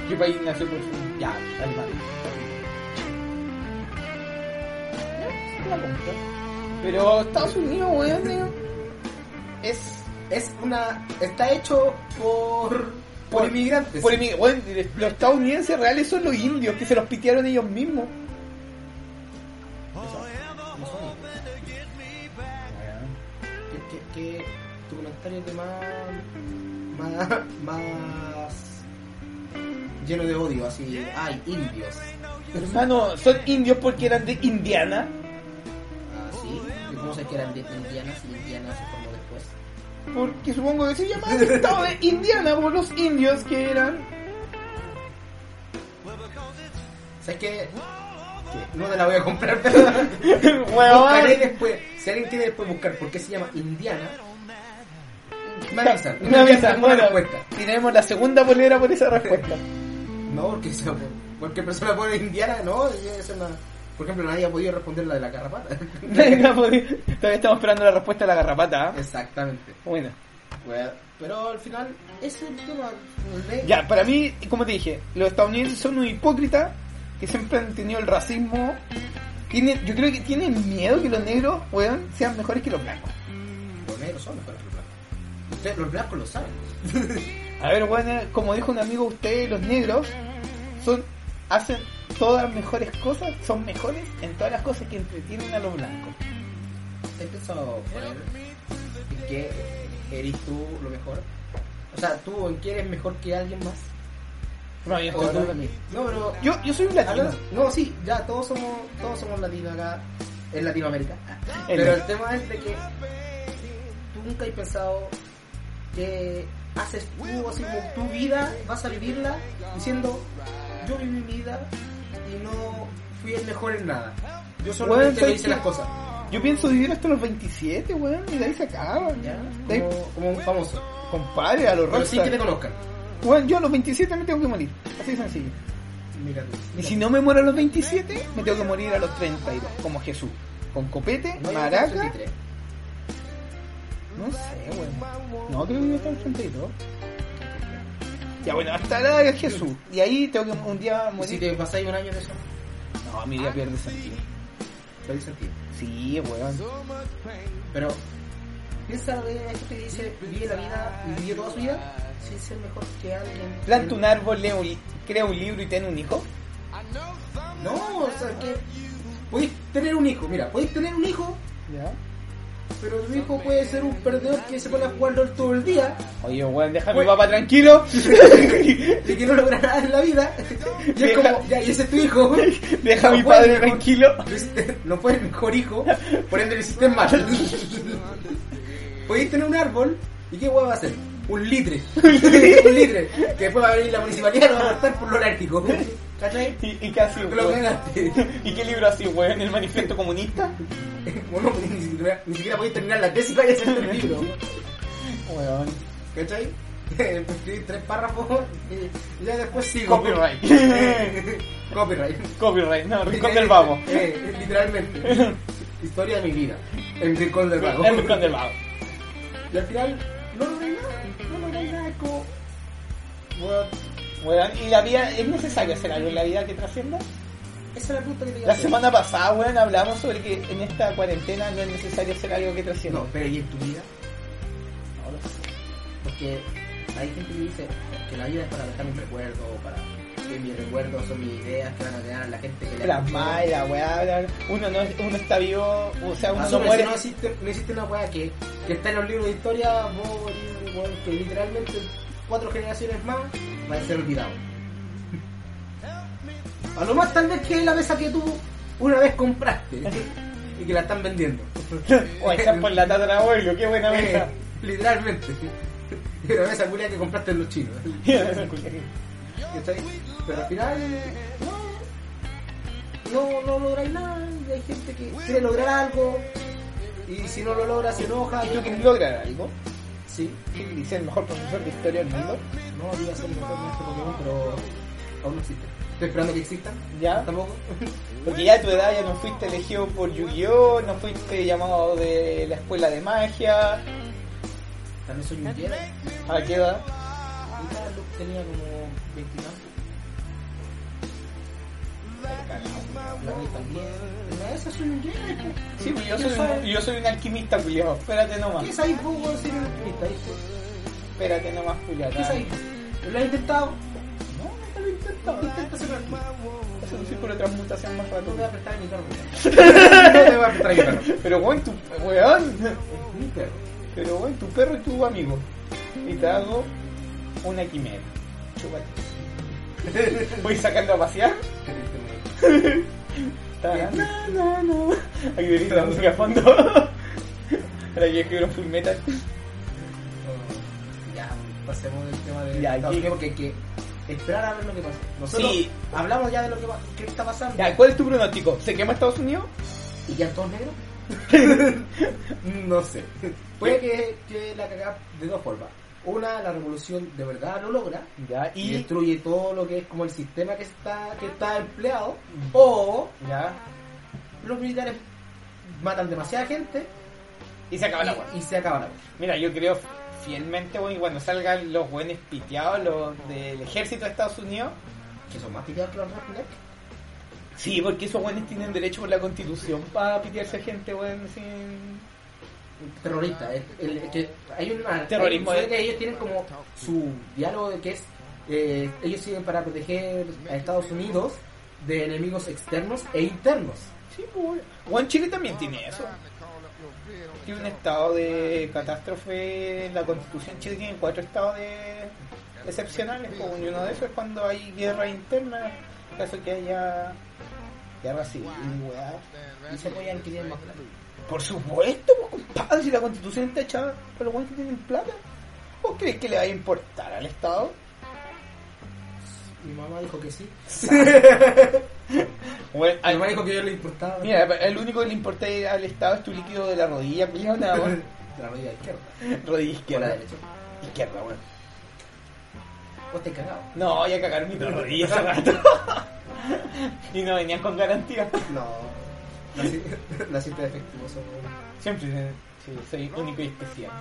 S2: ¿Qué país nació por su.? Ya, Alemania. Ya, se la compro. Pero Estados Unidos, weón, eh, es.
S1: Es una... está hecho por... por
S2: Por-
S1: inmigrantes.
S2: Por mi- weón, los estadounidenses reales son los indios que se los pitearon ellos mismos.
S1: No son ellos. ¿Qué, qué, qué- tu comentario de más, más, más lleno de odio, así, ay, indios.
S2: Hermano, son indios porque eran de Indiana.
S1: Así, ¿y cómo sé que eran de indianas y indianas se formó después?
S2: Porque supongo que se llamaba el estado de Indiana por los indios que eran.
S1: ¿Sabes qué? Que No te la voy a comprar, (laughs) pero buscaré
S2: (laughs) Weón.
S1: después. Si alguien quiere después buscar por qué se llama indiana, me
S2: Una
S1: avisan.
S2: mesa,
S1: Tengo una
S2: bueno,
S1: respuesta.
S2: (laughs) tenemos la segunda polera por esa respuesta.
S1: No, porque pues, se- cualquier persona pone indiana, no, es una... Por ejemplo, nadie ha podido responder la de la carrapata.
S2: No podía- pues. Todavía estamos esperando la respuesta de la garrapata. ¿ah?
S1: (laughs) Exactamente.
S2: Bueno.
S1: Bueno, Pero al final, ese es el tema. ¿no?
S2: Ya, para mí, como te dije, los estadounidenses son unos hipócritas que siempre han tenido el racismo. Tienen, yo creo que tienen miedo que los negros, weón, sean mejores que los blancos.
S1: Los negros son mejores que los blancos. Ustedes, los blancos lo saben.
S2: A ver, weón, eh, como dijo un amigo, ustedes los negros son hacen todas mejores cosas, son mejores en todas las cosas que entretienen a los blancos.
S1: ¿Te has pensado poner en qué eres tú lo mejor? O sea, ¿tú en qué eres mejor que alguien más?
S2: No,
S1: O
S2: yo, estoy
S1: tú-
S2: hablando de mí.
S1: No, pero...
S2: yo, yo soy un latino.
S1: Hablando- No, sí, ya todos somos todos somos latinos acá en Ah, Latinoamérica.
S2: En-
S1: Pero el tema es de que tú nunca has pensado que haces tú, así como tu vida, vas a vivirla diciendo yo viví mi vida y no fui el mejor en nada. Yo solamente
S2: Bueno,
S1: le
S2: ¿sabes
S1: hice
S2: qué?
S1: las cosas,
S2: Yo pienso vivir hasta los 27, weón, y de ahí se acaba.
S1: ¿ya?
S2: De ahí,
S1: Como, como un famoso.
S2: compadre, a los
S1: Pero sí
S2: rockstar.
S1: que te conozcan.
S2: Weón, yo a los 27 me tengo que morir. Así de sencillo.
S1: Mira tú.
S2: Y si no me muero a los 27, me tengo que morir a los 32, como Jesús. Con
S1: No,
S2: copete,
S1: yo soy
S2: maraca.
S1: 33.
S2: No sé, weón. No, creo que yo estaba en 32. Ya bueno, hasta la edad de Jesús. Y ahí tengo que un día
S1: Y Si
S2: morir.
S1: te pasáis un año de eso,
S2: No, mi vida pierde sentido.
S1: lo dice el tío.
S2: Sí, weón.
S1: Pero piensa de la gente que dice vive la vida, vivió toda su vida sin ser mejor que alguien.
S2: Planta un árbol, lee un li- crea un libro y ten un hijo.
S1: No, o sea que podéis tener un hijo, mira, podéis tener un hijo,
S2: Ya.
S1: pero tu hijo puede ser un perdedor que se pone a jugar LOL todo el día
S2: Oye, weón, deja a mi
S1: Weón.
S2: papá tranquilo.
S1: (laughs) y que no logra nada en la vida. (laughs) Y es
S2: Deja-
S1: como, ya, y ese es tu hijo.
S2: Deja a mi
S1: No fue el
S2: padre
S1: mejor-
S2: tranquilo.
S1: este lo hiciste- No fue el mejor hijo, por ende lo hiciste mal. Podéis tener un árbol y qué hueá va a hacer? Un litre. un litre. Que después va a venir la municipalidad y lo va a cortar por lo alérgico. ¿Cachai?
S2: ¿Y, y qué así,
S1: Te lo
S2: weón?
S1: cagaste.
S2: (laughs) ¿Y qué libro así, weón? ¿El manifiesto comunista?
S1: Bueno, ni siquiera, ni siquiera podéis terminar la tesis para hacer el libro.
S2: Weón.
S1: ¿Cachai? Escribí tres párrafos y ya después sigo.
S2: Copyright.
S1: Eh, (laughs) Copyright.
S2: Copyright, no, Rincón del Vago.
S1: Eh, literalmente. Historia de mi vida. En Rincón del Vago.
S2: El Rincón del Vago.
S1: Y al final, no logré nada. No logré nada. es como. Bueno,
S2: Weón, ¿y la vida es necesario hacer algo en la vida que trascienda?
S1: esa es la pregunta que te iba a
S2: La
S1: hacer.
S2: semana pasada, weón, hablamos sobre que en esta cuarentena no es necesario hacer algo que trascienda.
S1: No, pero ¿y en tu vida? No lo sé. Porque hay gente que dice que la vida es para dejar un recuerdo, para que mis recuerdos son mis ideas que van a quedar a la gente que le
S2: La mala, weá, bla, bla. uno no es- uno está vivo, o sea, uno Ah, no
S1: Asume, si
S2: muere.
S1: no existe, no existe una weá que, que está en los libros de historia, vos, weón, weón, que literalmente cuatro generaciones más va a ser
S2: (laughs)
S1: olvidado. A lo más tal vez que la mesa que tú una vez compraste y que la están
S2: (laughs)
S1: vendiendo.
S2: O echar por la tata del abuelo, qué buena
S1: Eh,
S2: mesa.
S1: literalmente. (laughs) Una mesa culia que compraste en los chinos.
S2: (laughs)
S1: ¿Cachai? Pero al final, eh, no, no, no lográis nada. y hay gente que quiere lograr algo y si no lo logra se enoja.
S2: ¿Y
S1: y
S2: tú
S1: es
S2: quieres
S1: como-
S2: lograr algo?
S1: Sí,
S2: ¿Y ser el mejor profesor de historia del mundo?
S1: no iba a ser mejor en este Pokémon, pero aún no existe. Estoy esperando que existan.
S2: ¿Ya?
S1: Tampoco.
S2: Porque ya a tu edad ya no fuiste elegido por Yu-Gi-Oh, no fuiste llamado de la escuela de magia.
S1: También soy un Jedi.
S2: ¿A qué edad?
S1: Ahorita lo tenía como 20 años. La Rey también. Una de esas soy un Jedi. po.
S2: Sí, pues yo
S1: ¿Qué
S2: soy, un,
S1: soy?
S2: yo soy un alquimista, culiao. Espérate nomás.
S1: ¿Qué es ahí, po, weón, ser un alquimista? hijo?
S2: Espérate nomás, culiao.
S1: ¿Qué es ahí? ¿Lo has intentado?
S2: No, no lo he intentado.
S1: Intenta ser un alquimista.
S2: Es un círculo de transmutación más
S1: No
S2: rato.
S1: te voy a prestar mi carro. No te voy a prestar mi carro.
S2: Pero bueno, tu weón.
S1: Es mi perro.
S2: Pero bueno, tu perro y tu amigo. Y te hago una quimera. Chúpate.
S1: (laughs)
S2: Voy sacando a pasear. Ta- na, na, na. Aquí venís la música a fondo. Para que escribieron un full metal.
S1: Ya, pasemos del tema de
S2: Ya,
S1: Estados
S2: ¿qué-
S1: Unidos, porque hay que esperar a ver lo que pasa. Nosotros
S2: Sí.
S1: hablamos ya de lo que, va- qué está pasando.
S2: Ya, ¿cuál es tu pronóstico? ¿Se quema Estados Unidos?
S1: ¿Y ya todos
S2: (laughs)
S1: negros? no sé. Puede que, que la cagada de dos formas. Una, la revolución de verdad lo logra
S2: Ya,
S1: y
S2: y.
S1: destruye todo lo que es como el sistema que está, que está empleado. O
S2: Ya.
S1: los militares matan demasiada gente
S2: Y se acaba la
S1: y, y se acaba la guerra.
S2: Mira, yo creo fielmente, weón, y cuando salgan los buenos piteados, los del ejército de Estados Unidos.
S1: Que son más picados que los rápidos.
S2: Sí, porque esos buenos tienen derecho por la constitución para pitearse gente, weón, sin.
S1: terrorista. El, eh. el- el que hay una,
S2: Terrorismo,
S1: hay-
S2: eh.
S1: que ellos tienen como su diálogo de que es eh, ellos sirven para proteger a Estados Unidos de enemigos externos e internos.
S2: Sí, pues, weón. Weón, Chile también tiene eso. Tiene un estado de catástrofe. La constitución Chile tiene cuatro estados de excepcionales, po, y uno de esos es cuando hay guerra interna, en caso que haya guerra civil, weón.
S1: Y se apoyan que tienen más plata.
S2: Por supuesto, pues, compadre, si la constitución está hecha por los buenos que tienen plata, ¿vos crees que le va a importar al Estado?
S1: Mi mamá dijo que sí.
S2: Bueno,
S1: Mi mamá dijo que yo le importaba.
S2: Mira, eh. el único que le importa al Estado es tu líquido de la rodilla, culiao, nada más.
S1: (laughs) De la rodilla izquierda.
S2: (laughs) Rodilla
S1: O la
S2: izquierda.
S1: derecha.
S2: Izquierda, bueno.
S1: Vos te has cagado.
S2: No, ya cagaron mis dos rodillas hace rato. (laughs) y no venían con garantía.
S1: No. (laughs) Naciste, naciste defectuoso. weón.
S2: Siempre sí, soy único y (laughs) especial.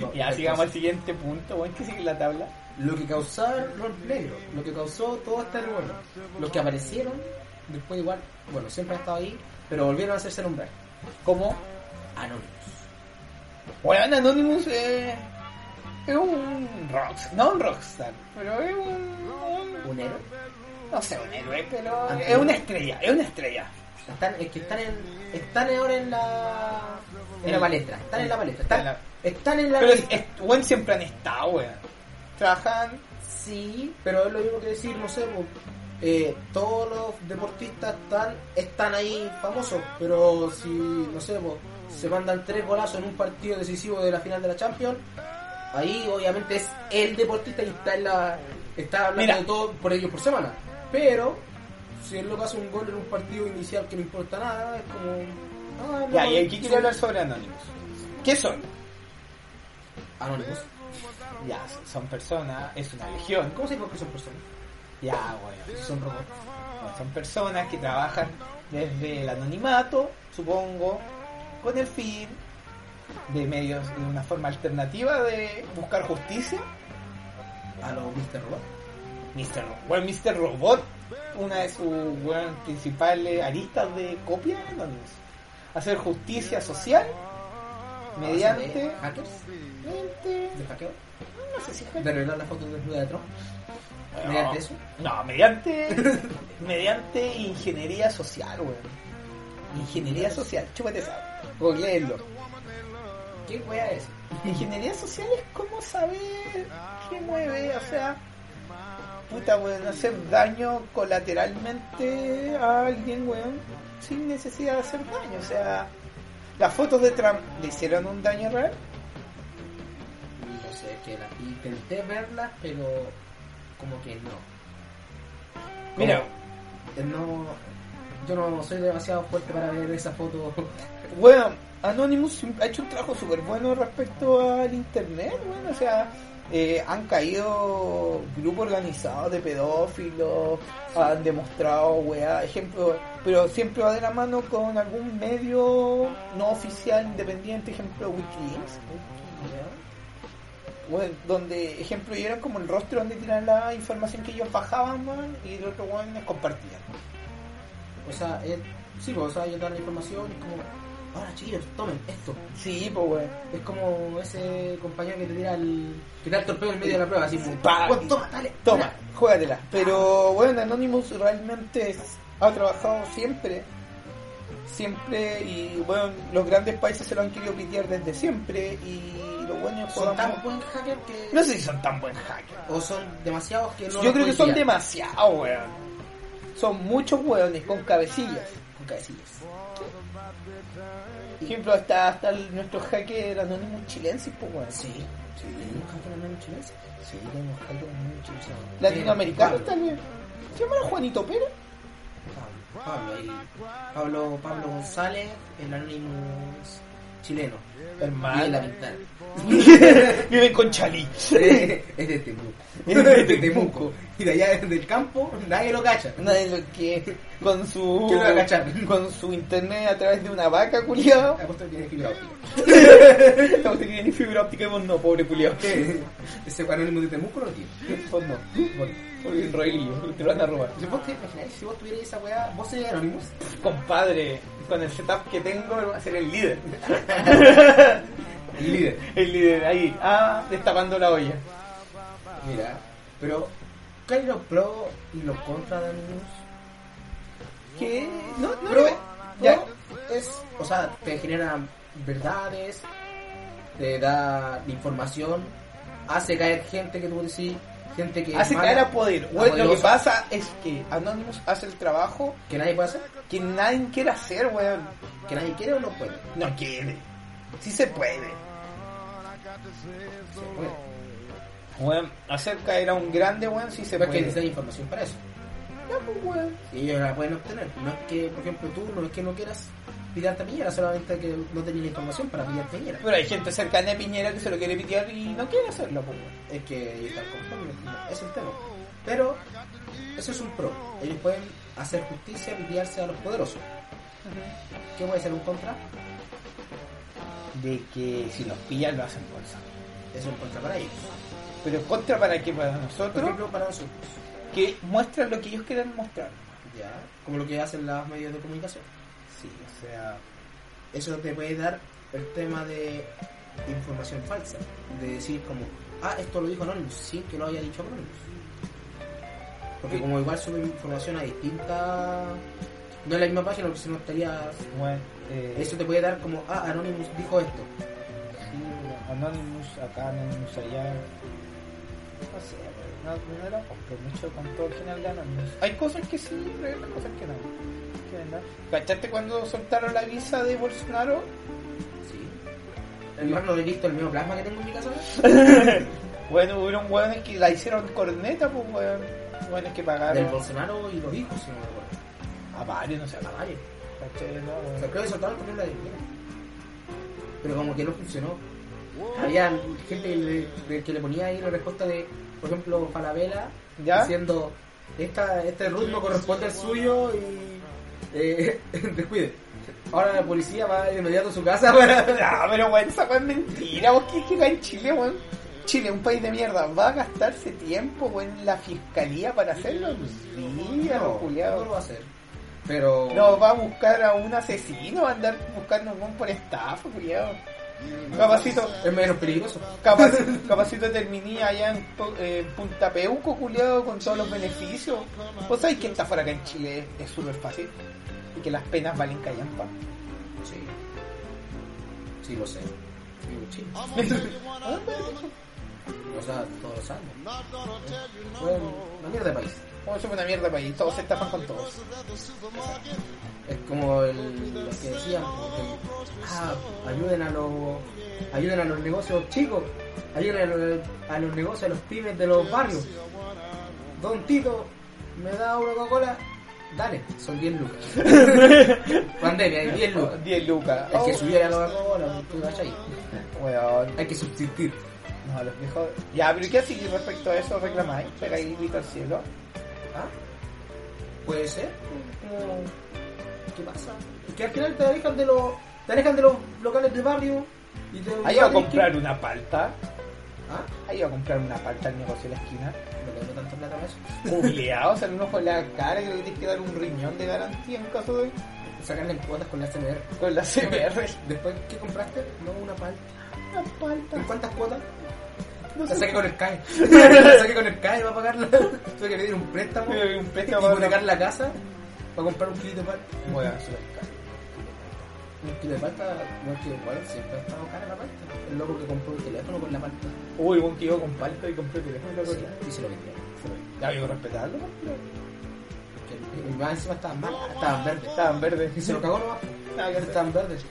S1: No,
S2: ya, sigamos al siguiente punto, bueno, que sigue la tabla.
S1: lo que causaron los negros, lo que causó todo este revuelo, los que aparecieron, después igual, bueno, siempre han estado ahí, pero volvieron a hacerse nombrar, como anónimos.
S2: Bueno, Anonymous eh, es un rockstar, no un rockstar, pero es un, un-
S1: Un héroe.
S2: no sé, un héroe, pero es una estrella, es una estrella.
S1: Están, es que están, en, están ahora en la, en la palestra, están en la palestra, están, están en la
S2: Pero es,
S1: lista.
S2: es- weón, siempre han estado, weón. Trabajan,
S1: Sí, pero es lo mismo que decir, no sé, po, eh, todos los deportistas están, están ahí famosos, pero si, no sé, po, se mandan tres golazos en un partido decisivo de la final de la Champions, ahí obviamente es el deportista que está en la está hablando
S2: Mira.
S1: de todo por ellos por semana. Pero si el loco hace un gol en un partido inicial que no importa nada, es como... ah,
S2: ya,
S1: no,
S2: y aquí quiero
S1: son
S2: hablar sobre Anonymous. ¿Qué son?
S1: Anónimos.
S2: Ya, son personas, es una legión.
S1: ¿Cómo se dice que son personas?
S2: Ya, weón.
S1: Son robots.
S2: Bueno, Son personas que trabajan desde el anonimato, supongo, con el fin de medios, de una forma alternativa de buscar justicia.
S1: A los Mr. Robot.
S2: Mr. Robot. Bueno, Mr. Robot, una de sus weón, principales aristas de copia, ¿no? hacer justicia social mediante...
S1: ¿De hackers?
S2: mediante-
S1: ¿De hackeo?
S2: no sé si fue-
S1: ¿De revelar las fotos desnuda de Trump?
S2: No.
S1: ¿Mediante eso?
S2: No, mediante. (laughs) mediante ingeniería social, weón. Ingeniería social, chúpate esa. Googleelo.
S1: ¿Qué wea es? (laughs)
S2: Ingeniería social es como saber qué mueve, o sea. Puta, weón, hacer daño colateralmente a alguien, weón, sin necesidad de hacer daño. O sea, las fotos de Trump le hicieron un daño real.
S1: No sé, que la intenté verlas, pero como que no.
S2: Mira,
S1: Eh, No, yo no soy demasiado fuerte para ver esa foto.
S2: Bueno, Anonymous siempre ha hecho un trabajo súper bueno respecto al internet, bueno, o sea, eh, han caído grupos organizados de pedófilos, han demostrado, weá, ejemplo, pero siempre va de la mano con algún medio no oficial, independiente, ejemplo, Wikileaks, bueno, donde, ejemplo, y eran como el rostro donde tiran la información que ellos bajaban, weón, y los otros weones compartían.
S1: O sea, eh, sí, pues, o sea, yo dar la información y es como, ahora chiquillos, tomen esto.
S2: Sí, pues, weón.
S1: Es como ese compañero que te tira el, que te da el torpedo en medio de la prueba, así como,
S2: Pa.
S1: "Bueno, toma, dale,
S2: Toma, juégatela. Pero bueno, Anonymous realmente ha trabajado siempre. Siempre, y bueno, los grandes países se lo han querido pitear desde siempre. Y los buenos
S1: Son tan
S2: jugamos.
S1: buen hacker que...
S2: No sé si son tan buen hackers.
S1: O son demasiados que no... los
S2: Yo creo que
S1: puedes
S2: son
S1: pillar.
S2: demasiados, weón. Son muchos weones con cabecillas.
S1: Con cabecillas.
S2: Por ejemplo, hasta, hasta el- nuestro hacker Anonymous chilense, pues weón.
S1: Sí. Sí. ¿Tenemos hacker en el chileno? Sí, tenemos hacker en el chileno.
S2: Latinoamericanos
S1: Pablo.
S2: tal vez. ¿Se llamará Juanito Pérez? (laughs)
S1: Pablo, Pablo, ahí. Pablo, Pablo González, el Anonymous chileno.
S2: Hermano.
S1: Y la (laughs) pintada.
S2: Viven con Chalí.
S1: es de Temuco. Es de Temuco. Y de allá del campo nadie lo cacha.
S2: Nadie lo que
S1: (laughs)
S2: con su
S1: ¿Quién lo va a cachar?
S2: con su internet a través de una vaca, culiado. (laughs)
S1: Apuesto que tiene fibra óptica.
S2: Estamos teniendo fibra óptica y vos no, pobre culiado.
S1: Ese panónimo de Temuco no lo tiene.
S2: Vos no. Bueno, porque el rollo, te lo van a robar.
S1: Yo vos te imagináis si vos tuvierais esa weá, vos serías Anonymous.
S2: Compadre, con el setup que tengo, voy a ser el líder.
S1: El líder.
S2: (laughs) El líder, ahí. Ah, destapando la olla.
S1: Mira, pero ¿cuáles los pros y los contras de Anonymous?
S2: ¿Qué? No, no.
S1: Pro,
S2: ya.
S1: ya, es, o sea, te genera verdades, te da información, hace caer gente que tú decís, gente que es
S2: Hace
S1: mala,
S2: caer a poder. Bueno, lo que
S1: poderosa,
S2: pasa es que Anonymous hace el trabajo
S1: que nadie puede hacer,
S2: que nadie quiere hacer, weón.
S1: que nadie quiere o no puede.
S2: No quiere. Sí se puede.
S1: Se puede.
S2: Weón, hacer caer a un grande, weón, sí se
S1: Pero es que
S2: puede.
S1: necesitan información para eso.
S2: Ya, pues, weón.
S1: Y ellos la pueden obtener. No es que, por ejemplo, tú no es que no quieras pillarte a Piñera, solamente que no tenías la información para pillarte a Piñera.
S2: Pero hay gente cercana a Piñera que se lo quiere pitear y no quiere hacerlo, pues, weón.
S1: es que ellos están conformes, no, es el tema. Pero eso es un pro. Ellos pueden hacer justicia y guiarse a los poderosos. ¿Qué puede ser un contra?
S2: De que si los pillan lo hacen bolsa.
S1: Es un contra para ellos.
S2: Pero en contra para qué? Para
S1: Por
S2: nosotros,
S1: ejemplo, para nosotros.
S2: que muestran lo que ellos quieren mostrar.
S1: ¿Ya? Como lo que hacen los medios de comunicación.
S2: Sí, o sea,
S1: Eso te puede dar el tema de información falsa. De decir como, ah, esto lo dijo Anonymous, sin que lo haya dicho Anonymous. Porque como igual sube información a distintas... No es la misma página, porque si no estaría
S2: bueno, eh,
S1: Eso te puede dar como, ah, Anonymous dijo esto.
S2: sí, Anonymous acá, Anonymous allá. No sé, no, no la compro mucho con todo el final de Anonymous. Hay cosas que sí, pero hay otras cosas que no. Que verdad. ¿Cachaste cuando soltaron la visa de Bolsonaro?
S1: Sí. Además no he visto el mismo plasma que tengo en mi casa. ahora?
S2: Bueno, hubieron hueones que la hicieron corneta, pues hueón. Hueones que
S1: Del
S2: pagaron
S1: Bolsonaro y los hijos, si no me acuerdo.
S2: a varios, no sé, a
S1: A
S2: varios.
S1: varios.
S2: ¿Cachai? No,
S1: O
S2: hueón.
S1: sea, creo que soltaron también la de Pero como que no funcionó. Había gente que le, de- que le ponía ahí la respuesta de, por ejemplo, Falabella,
S2: ¿Ya?
S1: diciendo, Esta, este root no corresponde al suyo y eh, (laughs) descuide. Ahora la policía va de inmediato a su casa (laughs) para...
S2: Ah, pero weón, esa weón es mentira, vos querés que acá en Chile, weón. Chile, un país de mierda, va a gastarse tiempo, weón, en la fiscalía para hacerlo. Sí, a los
S1: no, no
S2: culiados.
S1: lo va a hacer. Pero...
S2: No, va a buscar a un asesino, va a andar buscando un por estafa, culiado. Capacito,
S1: es menos peligroso.
S2: capaz, (laughs) capacito terminé allá en Pu- eh, Punta Peuco, culiado, con todos los beneficios. Vos sabés que estafar acá en Chile es súper fácil y que las penas valen callampa.
S1: Sí. Sí, lo sé. Vivo en Chile. Ah, O sea, todos los años. Bueno, una mierda de país.
S2: Bueno, Oh, eso es una mierda país, todos se estafan con todos.
S1: (laughs) Es como el, los que decían, como que, ah, ayuden a los ayuden a los negocios chicos, ayuden a los, a los negocios, a los pymes de los barrios. Don Tito, me da una Coca-Cola, dale, son 10 lucas. Pandemia, 10 lucas.
S2: 10 lucas.
S1: Es que
S2: Oh,
S1: subiera la Coca-Cola, tú vas ahí.
S2: Weón,
S1: Hay que subsistir.
S2: no, los viejos. Ya, pero ¿qué así respecto a eso reclamáis? ¿Pegáis el grito al cielo?
S1: ¿Ah? Puede ser, pero ¿qué pasa? Que al final te alejan de los, te alejan de los locales de barrio y te
S2: ¿Ha ido a comprar una palta?
S1: ¿Ah?
S2: ¿Ha ido a comprar una palta al negocio de
S1: (laughs)
S2: la esquina?
S1: No tengo tanta plata para eso.
S2: Jubileado, sale un ojo en la cara y le tienes que dar un riñón de garantía en caso de.
S1: Sacarle cuotas con la CMR.
S2: con
S1: (laughs)
S2: la CBR.
S1: Después, ¿qué compraste? No, una palta.
S2: Una palta.
S1: ¿Con cuántas cuotas?
S2: No
S1: La
S2: sé.
S1: saqué con el
S2: (laughs)
S1: CAE. La saqué con el CAE para pagarla. (laughs) Tuve que pedir un préstamo.
S2: Tuve que pedir un préstamo para-
S1: para pagar la casa. Para comprar un kilito de palta.
S2: Weón, súper caro.
S1: Un kilo de palta, no es que igual siempre ha estado cara la palta. El loco que compró el teléfono con la palta.
S2: Uy, un tío con palta y compré teléfono. loco.
S1: Y se lo vendió.
S2: Ya, digo, respetarlo.
S1: Que- Y más encima estaban mal, estaban verdes.
S2: Estaban verdes.
S1: Y se lo cagó nomás.
S2: Ah, ya está.
S1: Estaban verdes.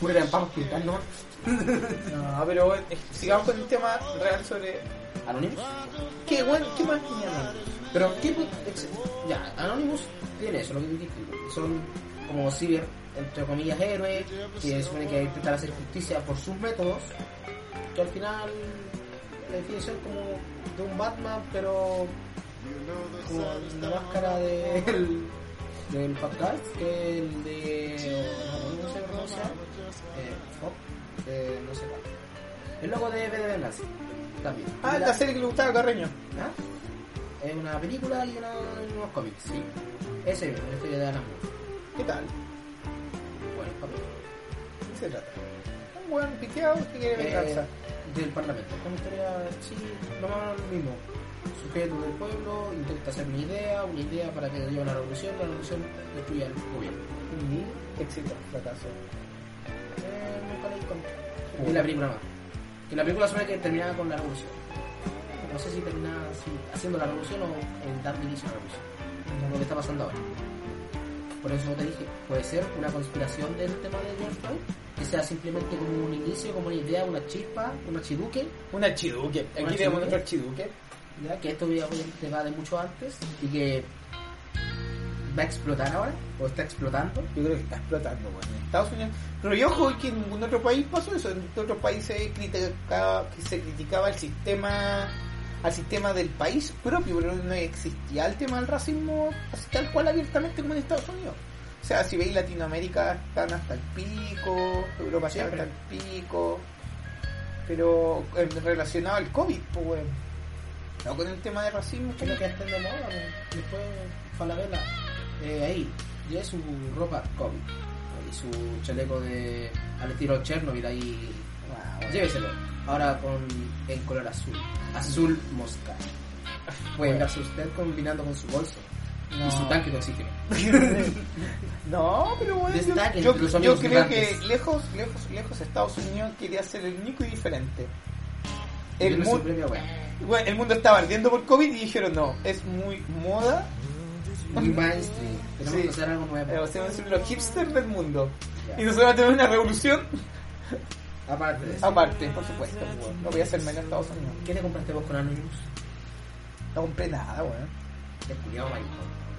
S1: Pura eran pavos pintar nomás.
S2: No, pero bueno, eh, sigamos con el tema real sobre.
S1: Anonymous.
S2: ¿Qué, bueno, qué más tenía?
S1: Pero, ¿qué pu- ex- Ya, Anonymous tiene eso, lo que dijiste. Son como civil, entre comillas, héroe, que supone que intentar hacer justicia por sus métodos, que al final la definición como de un Batman, pero con la máscara de del, del Pascal, que el de. no, no sé cómo se llama, eh, Fox, eh, no sé cuál. El loco de B de Venganza, también.
S2: Ah,
S1: Mira,
S2: la serie que le gustaba a Carreño.
S1: ¿Ah? Es una película y una, unos cómics, sí. Ese mismo, la historia de Alan Moore.
S2: ¿Qué tal?
S1: Bueno, papel.
S2: ¿Qué se trata? Un buen piteado que quiere venganza.
S1: Eh, del Parlamento. Es una historia, sí, lo más lo mismo. Sujeto del pueblo, intenta hacer una idea, una idea para que lleve a la revolución, la revolución destruya al gobierno.
S2: Y éxito, fracaso.
S1: Eh, nunca leí el cómic. Y la película más. Que la película suena que terminaba con la revolución. No sé si terminaba así, haciendo la revolución o en dar inicio a la revolución. Como lo que está pasando ahora. Por eso te dije, puede ser una conspiración del tema de George Floyd, que sea simplemente como un inicio, como una idea, una chispa, un archiduque,
S4: Un archiduque.
S1: Un
S4: Aquí tenemos
S1: archiduque.
S4: nuestro archiduque.
S1: ¿ya? que esto ya obviamente va de mucho antes y que va a explotar ahora, o está explotando.
S2: Yo creo que está explotando, bueno, en Estados Unidos. Pero yo ojo que en ningún otro país pasó eso. En otros países criticaba, que se criticaba el sistema al sistema del país propio, pero no existía el tema del racismo así tal cual abiertamente como en Estados Unidos. O sea, si veis Latinoamérica están hasta el pico, Europa está hasta
S1: Siempre.
S2: el pico, pero eh, relacionado al COVID, pues, weón. no con el tema de racismo,
S1: Es lo
S2: chale.
S1: que está en la moda, pues. después Falabella, eh, ahí, lleve su ropa COVID y su chaleco de al estilo Chernobyl ahí,
S2: Wow, weón.
S1: lléveselo, ahora con el color azul, azul mosca. Puede andarse usted combinando con su bolso y su
S2: No.
S1: tanque de oxígeno.
S2: (laughs) No, pero bueno, yo-
S1: Destaquen
S2: yo,
S1: entre los
S2: yo
S1: amigos
S2: creo que
S1: migrantes.
S2: lejos, lejos, lejos Estados Unidos quería ser el único y diferente.
S1: El
S2: El, mu-
S1: premio,
S2: (laughs)
S1: weón.
S2: bueno, el mundo estaba ardiendo por COVID y dijeron no, es muy moda,
S1: Muy mainstream. Tenemos
S2: Sí.
S1: que hacer algo
S2: eh, o
S1: nuevo.
S2: sea, van a ser los hipsters del mundo.
S1: Ya.
S2: Y nosotros vamos a tener una revolución
S1: Aparte de eso,
S2: aparte, por supuesto. weón. No voy a hacer menos Estados Unidos.
S1: ¿qué te compraste vos con Anonymous?
S2: No compré nada, weón.
S1: El culiao maricón.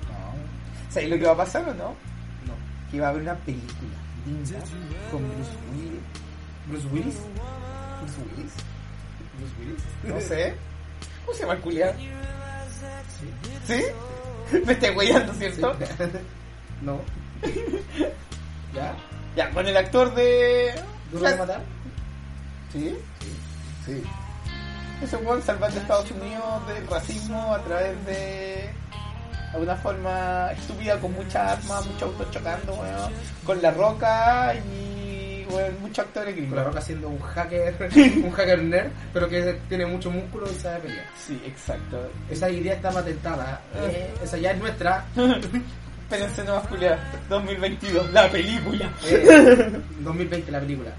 S2: No. ¿Sabéis lo que va a pasar o no?
S1: No.
S2: Que va a haber una película linda con Bruce Willis.
S1: Bruce Willis.
S2: Bruce Willis.
S1: Bruce Willis.
S2: No sé. ¿Cómo se llama el culiado? ¿Sí? (laughs) Me estoy guayando, (laughs) ¿cierto?
S1: No. (laughs) ¿Ya?
S2: Ya, con el actor de.
S1: ¿Duro de matar?
S2: ¿Sí?
S1: Sí.
S2: Ese weón salvando a Estados Unidos del racismo a través de. alguna forma estúpida, con muchas armas, muchos autos chocando, weón. Con la roca y. weón, muchos actores
S1: Con la
S2: gringos.
S1: roca siendo un hacker, un hacker nerd, pero que tiene mucho músculo y sabe pelear.
S2: Sí, exacto. (laughs)
S1: Esa idea está patentada. Eh, esa ya es nuestra.
S2: Espérense nomás, culiado. 2022, la película.
S1: Eh, 2020 la película.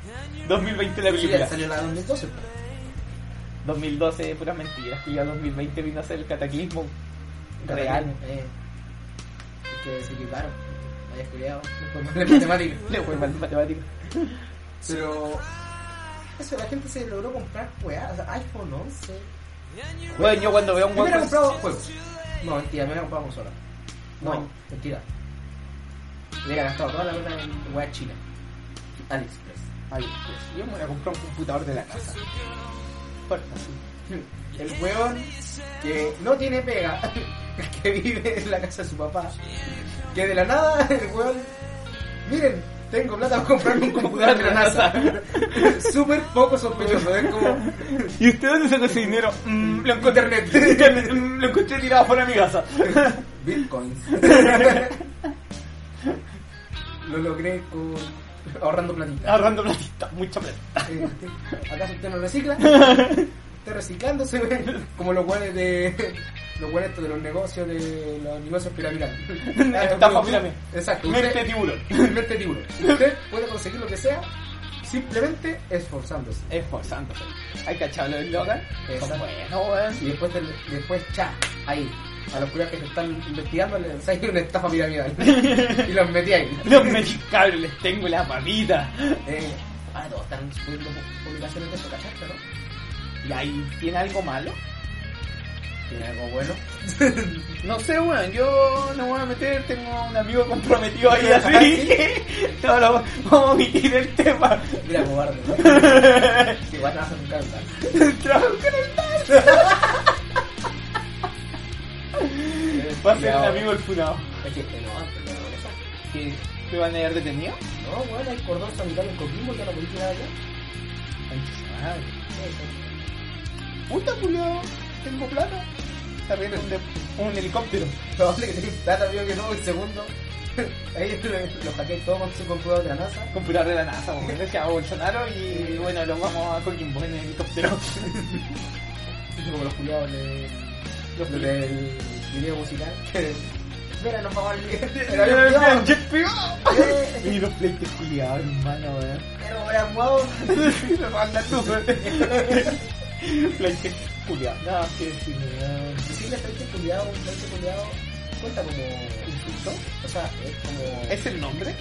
S2: 2020, la
S1: Sí, ya
S2: película.
S1: salió la 2012. pues.
S2: 2012, puras mentiras. Y ya 2020 vino a ser el cataclismo real.
S1: Eh, es que se equivocaron. Vaya (laughs) estudiado. Después mal en matemáticas.
S2: Le fue mal matemático.
S1: Pero eso, la gente se logró comprar weá, o sea, iPhone 11.
S2: Bueno, yo cuando veo un
S1: Yo me hubiera
S2: guapo.
S1: comprado juegos. No, mentira, me hubiera comprado consola. No,
S2: No.
S1: mentira. Me hubiera gastado toda la plata en weá china. AliExpress.
S2: Ay, pues, yo me voy a comprar un computador de la casa. Fuerte, así.
S1: El weón que no tiene pega, (laughs) que vive en la casa de su papá, que de la nada el weón, miren, tengo plata para comprarme un computador (laughs) de la NASA. Súper poco sospechoso, es como,
S2: ¿Y usted dónde sacó ese dinero? Mm, lo encontré en internet. Mm, lo encontré tirado fuera de mi casa. (laughs)
S1: Bitcoins. Lo logré con... ahorrando platita.
S2: Ahorrando platita, mucha plata.
S1: Eh, ¿Acaso usted no recicla? Está reciclándose ve, como los guanes de... Los guanes estos de los negocios, de los negocios
S2: (laughs)
S1: piramidales.
S2: Estafa pirámide.
S1: Exacto. usted-
S2: Mente tiburón.
S1: Mente tiburón. Usted puede conseguir lo que sea simplemente esforzándose.
S2: Esforzándose. Hay cachado los eslogan.
S1: Exacto.
S2: Son buenos, weón.
S1: Y después, te- después cha, ahí. A los curas que te están investigando les enseñé una estafa
S2: (laughs)
S1: piramidal. y los metí ahí.
S2: Los mexicanos les tengo la mamita.
S1: Eh, ah, todos están subiendo publicaciones de eso, ¿cachaste, no?
S2: ¿Y ahí tiene algo malo? (laughs)
S1: ¿Tiene algo bueno?
S2: No sé, weón, yo no voy voy a meter, tengo un amigo comprometido ahí (laughs) así que no lo vamos a omitir el tema. (laughs)
S5: Mira, cobarde.
S1: (laughs)
S5: ¿no? Igual te vas a un cáncer.
S2: Trabajo con el Va a ser un amigo el funado.
S1: Es que eh, no, antes de la pobreza.
S2: ¿Y te van a llevar detenido?
S1: No, bueno, hay cordón sanitario en Coquimbo, ya no podéis tirar allá.
S2: Ay, su madre. Puta, Julio, tengo plata. Está bien, un, de- un helicóptero.
S1: Probable que tenéis plata, amigo, que no, el segundo. (laughs) Ahí lo, lo hackeé todo con su computador de la NASA.
S2: Computador de la NASA, (laughs) como decía Bolsonaro, y bueno, lo vamos a Coquimbo en helicóptero. (laughs)
S1: Como los culiados de, los del video musical. (laughs) Mira, nos vamos al Eh,
S2: Era bien, bien,
S1: video.
S2: jet privado. Y los pleites culiados, hermano, weón.
S1: Pero ahora, guau.
S2: Sí, me manda tú, weón. Pleites culiados. No, qué decir, weón.
S1: Decirle frente culiado, un frente culiado, cuenta como insulto. O sea, es como.
S2: ¿Es el nombre?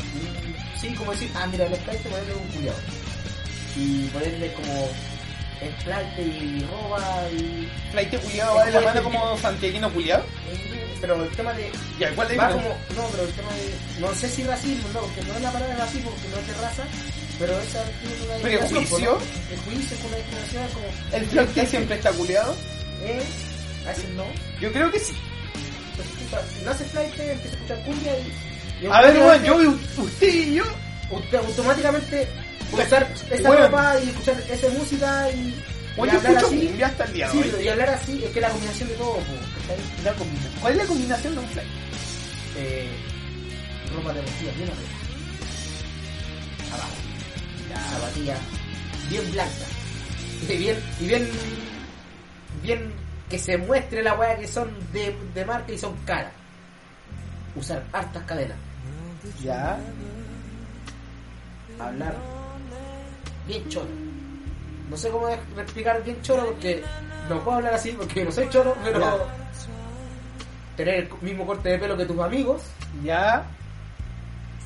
S1: Sí, como decir, ah, mira, el sprite ponerle un culiado. Y ponerle como sprite y roba y.
S2: Pleite culiado va de la mano como santiaguino culiado.
S1: Pero el tema de.
S2: ¿Y al cual le
S1: Va
S2: digo?
S1: como. No, pero el tema de. No sé si racismo, no, porque no es la palabra racismo, porque no es de raza, pero esa tiene una
S2: ¿Prejuicio?
S1: ¿no? Prejuicio es una discriminación es como.
S2: ¿El flaite siempre está culiado?
S1: Eh, a veces no.
S2: Yo creo que sí.
S1: Entonces, puta, si Pues, no hace flight, eh, empieza a escuchar cumbia y. y
S2: A ver, weón,
S1: automáticamente-
S2: yo y u- usted y yo.
S1: Usted automáticamente usar esa
S2: Weón.
S1: ropa y escuchar esa música y, y
S2: Weón, yo
S1: hablar
S2: escucho
S1: así.
S2: cumbia hasta el día de
S1: Sí,
S2: hoy.
S1: pero y hablar así es que la combinación de todo, po, ¿cachai?
S2: La combinación. ¿Cuál es la combinación de un flight?
S1: Eh, ropa deportiva, bien arriba. Abajo. La zapatilla bien blanca. Y bien, y bien, bien que se muestre la weá que son de, de marca y son caras. Usar hartas cadenas.
S2: Ya.
S1: hablar bien choro. No sé cómo es- explicar bien choro porque no puedo hablar así porque no soy choro, pero
S2: Ya.
S1: tener el mismo corte de pelo que tus amigos,
S2: Ya.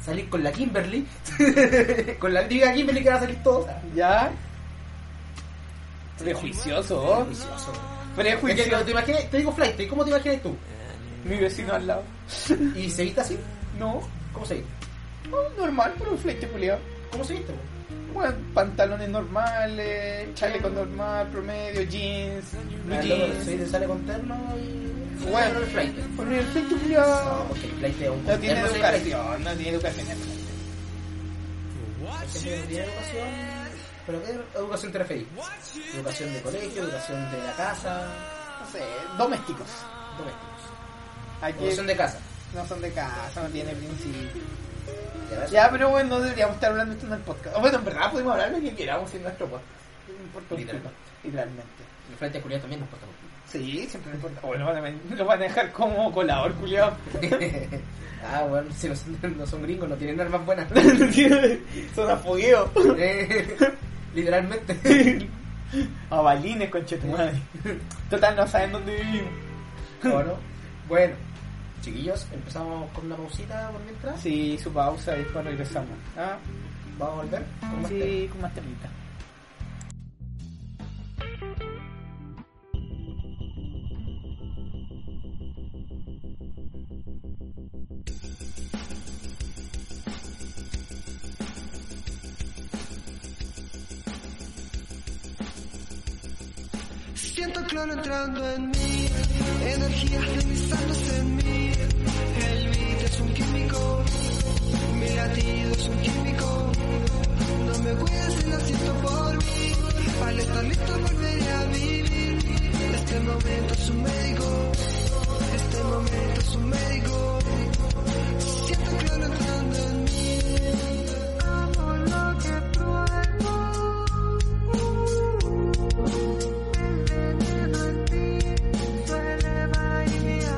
S1: salir con la Kimberly, (laughs) con la típica Kimberly que va a salir todo.
S2: Ya. Prejuicioso.
S1: Prejuicioso. Es que,
S2: Prejuicioso.
S1: ¿te, imaginas- te digo flight, ¿cómo te imaginas tú?
S2: Mi vecino al lado.
S1: ¿Y se viste así?
S2: No.
S1: ¿Cómo se viste?
S2: Oh, normal, pero un flight culiado.
S1: ¿Cómo se viste? po?
S2: Bueno, pantalones normales, chaleco normal, promedio, jeans, blue
S1: Ah, loco,
S2: jeans.
S1: Se viste- sale con terno y...
S2: Bueno.
S1: Pero el flight.
S2: Porque el flight
S1: No,
S2: culiao
S1: porque el flight es un...
S2: No tiene
S1: terno, soy flight.
S2: educación, no tiene educación.
S1: Siempre no tiene educación. ¿Pero qué educación te referís? Educación de colegio, educación de la casa,
S2: No sé, domésticos.
S1: domésticos.
S2: Aquí
S1: Educación de casa.
S2: no son de casa, no tiene principio.
S1: Ya, ¿ves?
S2: Ya, pero bueno, no deberíamos estar hablando esto en el podcast. O bueno, en verdad podemos hablar lo que queramos en nuestro podcast. No importa un
S1: Literalmente.
S2: pico, Literalmente.
S1: El frente de Julián también nos porta
S2: Sí, siempre me importa. O lo van a, men- lo van a dejar como colador, (laughs) culiado.
S1: mal. (laughs) Ah, bueno, si no son, no son gringos, no tienen armas buenas.
S2: (laughs) son afogueos.
S1: Eh, Literalmente.
S2: (laughs) A balines, conchetumare. (laughs) Total, no saben dónde vivimos.
S1: Bueno, bueno. Chiquillos, empezamos con una pausita por mientras.
S2: Sí, su pausa y después regresamos. ¿Ah?
S1: Vamos a volver. con más
S2: Sí, con más temita.
S6: Siento cloro entrando en mí, energías deslizándose en mí. El beat es un químico, mi latido es un químico. No me cuides si lo siento por mí. Al estar listo volveré a vivir. Este momento es un médico, este momento es un médico. Siento cloro entrando en mí. Amo lo que pruebo. El veneno en ti suele variar.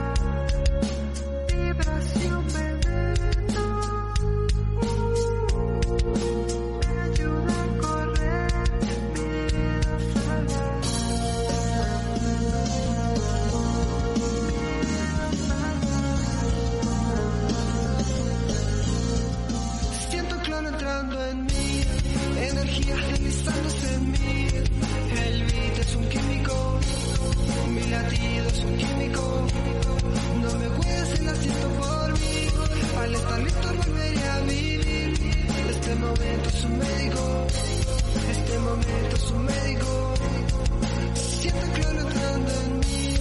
S6: Este momento es un médico. Este momento es un médico. Siento que lo entrando en mí.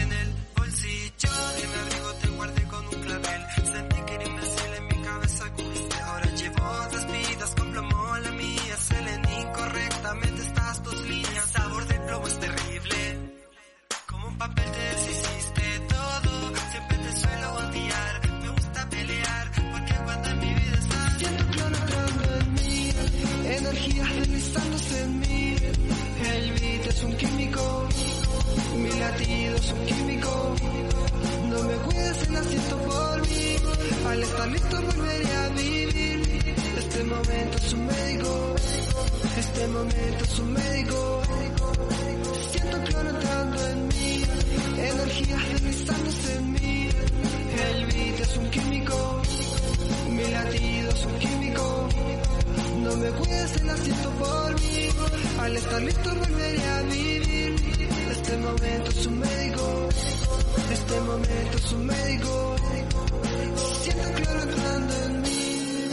S6: En el bolsillo de mi abrigo te guardé con un clavel. Sentí que era imbécil en mi cabeza cubriste. Ahora llevo otras vidas con plomo la mía. Se leen incorrectamente estas dos líneas. Sabor de plomo es terrible. Como un papel te deshiciste todo. Siempre te suelo odiar. Me gusta pelear porque cuando en mi vida estás. Siento cloro entrando en mí. Energías deslizándose en mí. El beat es un químico. Mi latido es un químico. No me cuides en asiento por mí. Al estar listo volveré a vivir. Este momento es un médico. Este momento es un médico. Siento cloro entrando en mí. Energías deslizándose en mí. El beat es un químico. Mi latido es un químico. No me cuides el asiento por mí. Al estar listo volveré a vivir. Este momento es un médico. Este momento es un médico. Siento claro entrando en mí.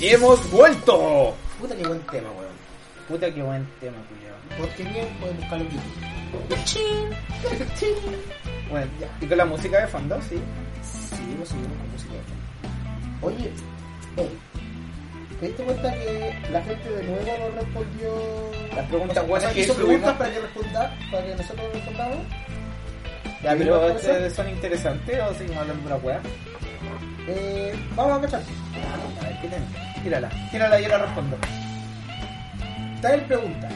S2: Y hemos vuelto.
S1: Puta que buen tema, weón. Puta que buen tema, culiao. Porque bien pueden buscarlo en YouTube.
S2: Bueno, ya. Y con la música de fondo, sí.
S1: Seguimos, seguimos con música. Oye, hey, ¿te diste cuenta que la gente de nuevo nos respondió?
S2: Las preguntas
S1: O sea,
S2: buenas que
S1: hizo preguntas
S2: tuvimos.
S1: para que responda, para que nosotros respondamos.
S2: Ya,
S1: ¿Sí?
S2: pero
S1: ¿Puede ser?
S2: ¿ustedes son interesantes o seguimos hablando de una weá?
S1: Eh, vamos a cachar.
S2: A ver, ¿qué tenemos? Tírala, tírala, yo la respondo.
S1: Tal pregunta.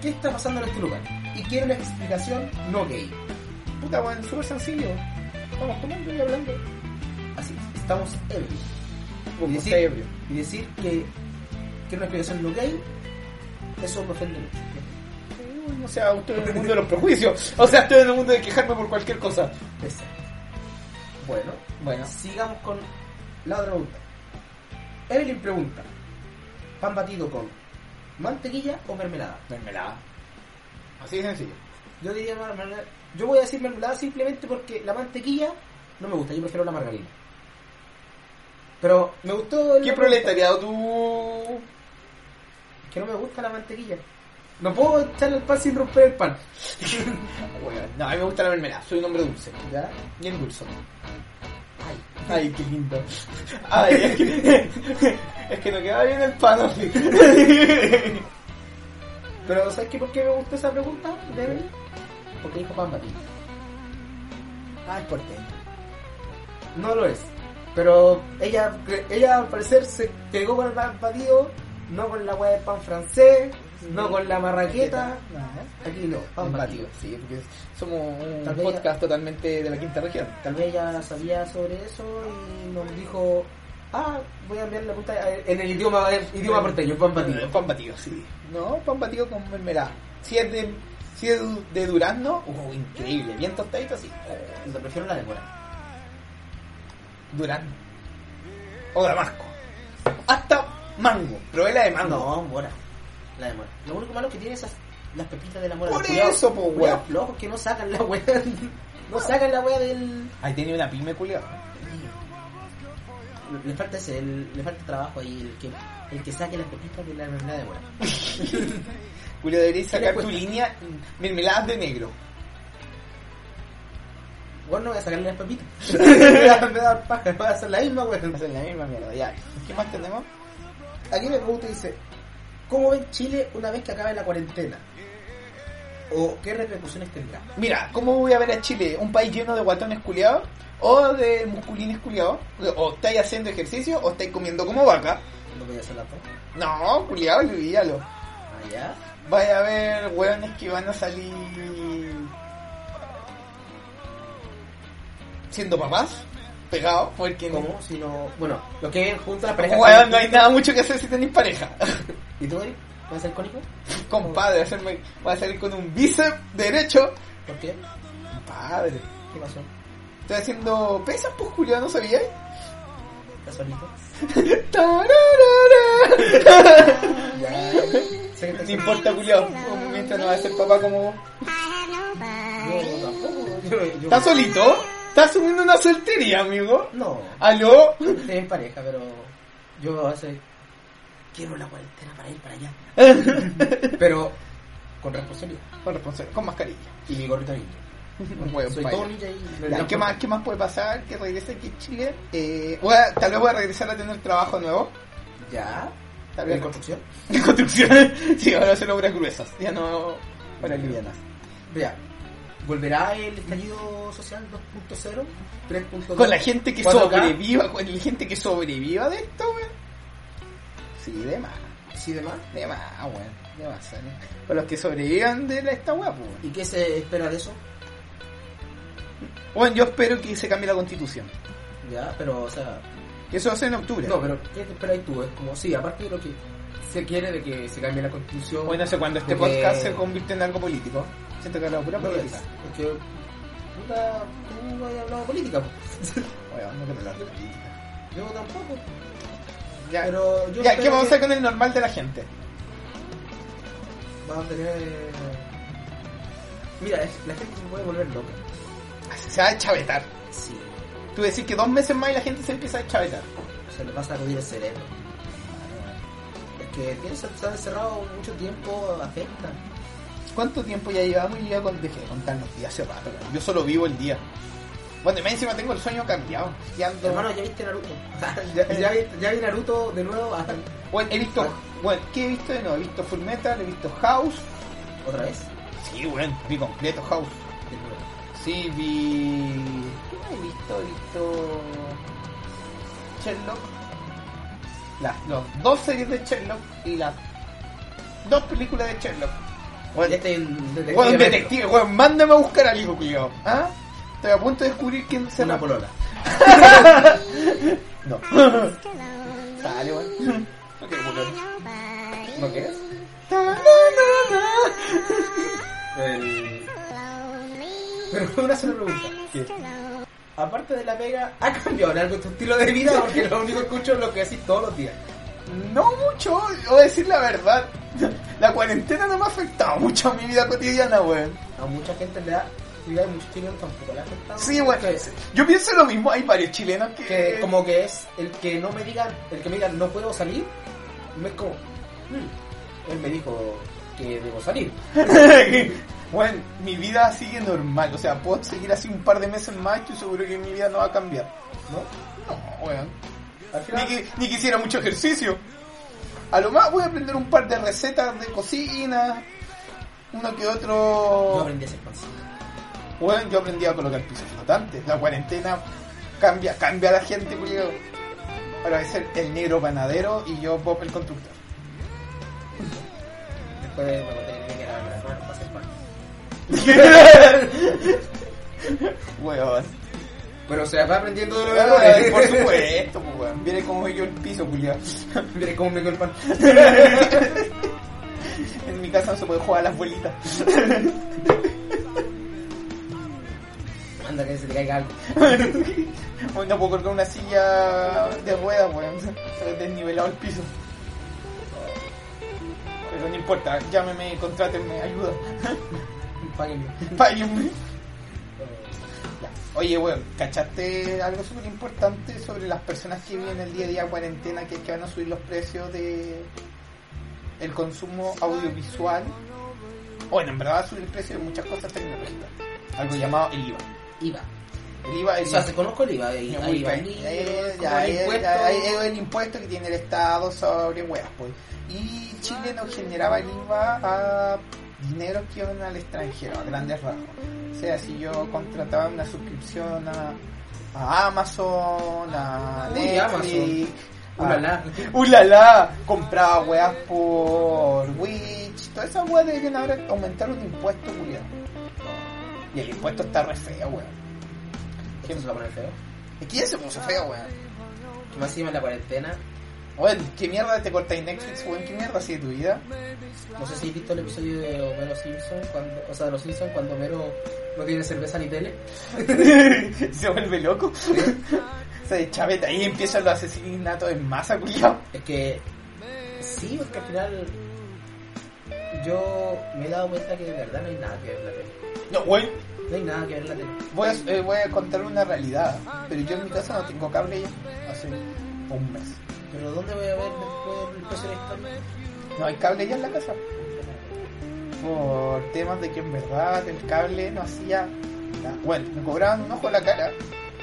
S1: ¿Qué está pasando en este lugar? Y quiero una explicación no gay.
S2: Puta weón, súper sencillo. Estamos tomando y hablando.
S1: Así, estamos ebrios.
S2: Como
S1: Y
S2: está
S1: decir-
S2: ebrio.
S1: Y decir que quiero una explicación no gay, eso me ofende mucho.
S2: O sea, estoy en el mundo de los prejuicios. O sea, estoy en el mundo de quejarme por cualquier cosa.
S1: Exacto. Bueno,
S2: Bueno,
S1: sigamos con la otra pregunta. Evelyn pregunta: ¿Pan batido con mantequilla o mermelada?
S2: mermelada. Así de sencillo.
S1: Yo diría mermelada. Yo voy a decir mermelada simplemente porque la mantequilla no me gusta, yo prefiero la margarina. Pero me gustó. el-
S2: ¿Qué proletariado tú?
S1: Que no me gusta la mantequilla. No puedo echar el pan sin romper el pan.
S2: Bueno, no, a mí me gusta la mermelada, soy un hombre dulce.
S1: ¿Ya?
S2: Bien dulce. Ay, qué lindo. Ay, es que, es que no queda bien el pan así.
S1: Pero ¿sabes qué? por qué me gustó esa pregunta de Evelyn? Porque dijo pan batido.
S2: Ah, es fuerte.
S1: No lo es. Pero ella, ella al parecer se pegó con el pan batido, no con la hueá del pan francés, no con la marraqueta. Aquí no, pan batido.
S2: Ah, sí, porque somos un
S1: Tal vez-
S2: podcast totalmente de la quinta región.
S1: Tal vez ella sabía sobre eso y nos dijo, ah, voy a enviar la punta en el idioma, el idioma porteño, pan batido.
S2: Pan batido, sí. No, pan batido con mermelada. Si es de, si es de durazno, uh, increíble. Bien tostadito así. Uh,
S1: Yo prefiero la de mora.
S2: durazno. O damasco. Hasta mango. Probé la de mango.
S1: No, mora. La de mora. Lo único malo que tiene esas las pepitas de la mora.
S2: Por
S1: Los culiados-
S2: eso, po,
S1: culiados
S2: wea.
S1: flojos que no sacan la hueá. No sacan la hueá del...
S2: Ahí tenía una pyme culiado.
S1: Le falta ese, el- le falta trabajo ahí, el que, el que saque las pepitas de la mermelada de mora.
S2: Julio, deberías
S1: ¿Qué le
S2: sacar tu
S1: cuesta?
S2: línea mm, mermeladas de negro.
S1: Bueno, no voy a sacarle las pepitas. (laughs) me va a dar paja, voy a hacer la misma weón.
S2: Hacen la misma mierda, ya. ¿Qué más tenemos?
S1: Aquí me pregunta y dice, ¿cómo ven Chile una vez que acabe la cuarentena? ¿O qué repercusiones tendrá?
S2: Mira, ¿cómo voy a ver a Chile? ¿Un país lleno de guatones culiados? ¿O de musculines culiados? ¿O estáis haciendo ejercicio? ¿O estáis comiendo como vaca?
S1: No voy a hacer la Ah, paja.
S2: No, culiado, olvídalo.
S1: Allá.
S2: Vaya a ver hueones que van a salir... Siendo papás, pegados, porque
S1: ¿Cómo? Si no... Bueno, los que ven juntos las
S2: no...
S1: parejas...
S2: Hueón, no hay nada mucho que hacer si tenéis pareja. (laughs)
S1: ¿Y tú, Eric? ¿Vas a ser cónico?
S2: Compadre, hacerme- voy a salir con un bíceps derecho.
S1: ¿Por qué?
S2: Compadre.
S1: ¿Qué pasó?
S2: Estoy haciendo pesas, pues, Julián, ¿no sabías?
S1: ¿Estás solito?
S2: Tararara.
S1: Ya. Sé que estás
S2: No importa, Julián. Mientras no va a ser papá como vos.
S1: solito. No, tampoco. Yo- yo-
S2: ¿Estás solito? ¿Estás asumiendo una soltería, amigo?
S1: No.
S2: ¿Aló?
S1: Tienes pareja, pero yo hace quiero la cuarentena para ir para allá.
S2: (laughs)
S1: pero con responsabilidad.
S2: Con responsabilidad, pues, con mascarilla.
S1: Y mi gorrito ninja.
S2: Un huevo,
S1: Soy
S2: vaya.
S1: todo ninja y.
S2: Ya, ¿Qué más, ¿Qué más puede pasar? Que regrese aquí a Chile. Eh, voy a- tal vez voy a regresar a tener trabajo nuevo. (laughs)
S1: Ya.
S2: Tal
S1: ¿En
S2: vez
S1: construcción?
S2: en construcción. sí, ahora son obras gruesas. Ya no. Para livianas.
S1: Ya. ¿Volverá el estallido social 2.0? 3.0?
S2: Con la gente que
S1: 4K?
S2: sobreviva, con la gente que sobreviva de esto, weón. Sí, de más,
S1: Sí, demás.
S2: de más, weón, de más, ¿sale? Con los que sobrevivan de la, esta weá, pues, weón.
S1: ¿Y qué se espera de eso?
S2: Bueno, yo espero que se cambie la constitución.
S1: Ya, pero, o sea.
S2: Que eso va a ser en octubre.
S1: No, pero ¿qué te esperas tú? Es como, sí, aparte de lo que se quiere de que se cambie la constitución.
S2: Bueno, no sé cuándo este
S1: Porque-
S2: podcast se convierte en algo político. Siento que la pura
S1: No, es,
S2: política.
S1: es que puta, tú no has hablado política, po.
S2: Weón, no quiero hablar de política.
S1: yo tampoco.
S2: Ya,
S1: Pero yo
S2: ya
S1: espero
S2: ¿qué vamos a hacer
S1: que
S2: con el normal de la gente?
S1: Van a tener. Mira, es- la gente se puede volver loca.
S2: Se va a chavetar.
S1: Sí,
S2: Tú decís que dos meses más y la gente se empieza a chavetar.
S1: se le va a sacudir el cerebro. Es que piensa, se han encerrado mucho tiempo, afecta.
S2: ¿Cuánto tiempo ya llevamos? Y ya con, dejé de contar los días hace rato. weón. Yo solo vivo el día. Bueno, y más encima tengo el sueño cambiado. Y ando-
S1: Hermano, ya viste Naruto. (laughs) ya, ya, vi- ya vi Naruto de nuevo ah,
S2: Bueno, he visto... Bueno, ¿qué he visto de nuevo? He visto Full Metal, he visto House.
S1: otra vez.
S2: Sí, bueno, vi completo House.
S1: De nuevo.
S2: Sí, vi... ¿Qué más he visto? He visto... Sherlock. Las los dos series de Sherlock y las dos películas de Sherlock.
S1: Ya
S2: Bueno,
S1: está el detective.
S2: Weón,
S1: Metro.
S2: detective, weón, mándame a buscar al hijo, culiao. ¿Ah? Estoy a punto de descubrir quién se
S1: Una
S2: la
S1: polola.
S2: (laughs) No. Sale, weón. No quiero polola.
S1: ¿No quieres? (laughs) El... Pero una sola pregunta. aparte de la pega, (laughs) ha cambiado algo tu estilo de vida porque lo único que escucho es lo que decís todos los días.
S2: No mucho, voy a decir la verdad. (laughs) La cuarentena no me ha afectado mucho a mi vida cotidiana, weón.
S1: A mucha gente le da, y a muchos chilenos tampoco le ha afectado.
S2: Sí, weón.
S1: Que-
S2: Yo pienso lo mismo, hay varios chilenos que...
S1: que
S2: (laughs)
S1: como que es el que no me digan, el que me digan no puedo salir, me es como, "Mm, él me dijo que debo salir.
S2: bueno, mi vida sigue normal, o sea, puedo seguir así un par de meses más y estoy seguro que mi vida no va a cambiar. ¿No? No, weón.
S1: Al
S2: Ni,
S1: final,
S2: que, ni que hiciera mucho ejercicio. A lo más voy a aprender un par de recetas de cocina, uno que
S1: yo
S2: otro...
S1: aprendí a ser pancita.
S2: Bueno, yo aprendí a colocar pisos flotantes. La cuarentena cambia, cambia a la gente, culiao. Ahora voy a ser el negro panadero y yo Bob el constructor.
S1: Después me conté que tenía que lavarme las manos para hacer pan.
S2: Weón.
S1: Pero o sea, va aprendiendo de los errores.
S2: Weón, Por supuesto, pues, weón. Viene como yo el piso, culiao.
S1: (laughs)
S2: (laughs)
S1: Mire cómo me quedó el pan.
S2: En mi casa no se puede jugar a las bolitas.
S1: Anda que se te caiga algo.
S2: Hoy no puedo colgar una silla de ruedas, weón. Se ve desnivelado el piso. Pero no importa, llámeme, contrátenme, ayuda. (laughs)
S1: Páguenme.
S2: Páguenme.
S1: Eh,
S2: Ya. Oye, weón, ¿cachaste algo súper importante sobre las personas que viven el día a día cuarentena que, que van a subir los precios de el consumo audiovisual? Bueno, en verdad va a subir el precio de muchas cosas tecnológicas. Algo llamado el IVA.
S1: IVA.
S2: El IVA
S1: O
S2: es
S1: sea, se conozco el IVA. y-
S2: Ya,
S1: Ahí
S2: muy
S1: va
S2: bien.
S1: el IVA,
S2: Eh,
S1: como
S2: ya,
S1: el
S2: eh,
S1: impuesto.
S2: ya, eh, eh, el impuesto que tiene el Estado sobre weas, pues. Y Chile no generaba el IVA a dineros que iban al extranjero, a grandes rasgos. O sea, si yo contrataba una suscripción a, a Amazon, a
S1: Uy,
S2: Netflix, a-
S1: Ulala.
S2: Ulala, compraba weas por Witch, todas esas weas deberían ahora aumentar los impuestos, culiao. Y el impuesto está re feo, weón.
S1: ¿Quién se va a poner feo?
S2: ¿Y quién se puso feo, weón?
S1: Que Más encima en la cuarentena.
S2: Weón, ¿qué mierda te cortáis Netflix, weón? ¿Qué mierda sigue tu vida? (laughs)
S1: No sé si has visto el episodio de Homero Simpson, cuando, o sea, de los Simpsons, cuando Homero no tiene cerveza ni tele.
S2: se vuelve loco. (laughs) se chaveta, ahí empiezan los asesinatos en masa, culiao.
S1: Es que sí, porque al final yo me he dado cuenta que de verdad no hay nada que ver en la tele.
S2: No, weón,
S1: No hay nada que ver en la tele.
S2: voy a, eh, voy a contar una realidad. Pero yo en mi casa no tengo cable ya hace un mes.
S1: Pero ¿dónde voy a ver después el precio de la historia?
S2: No hay cable ya en la casa. Por temas de que en verdad el cable no hacía nada. Bueno, me cobraban un ojo en la cara.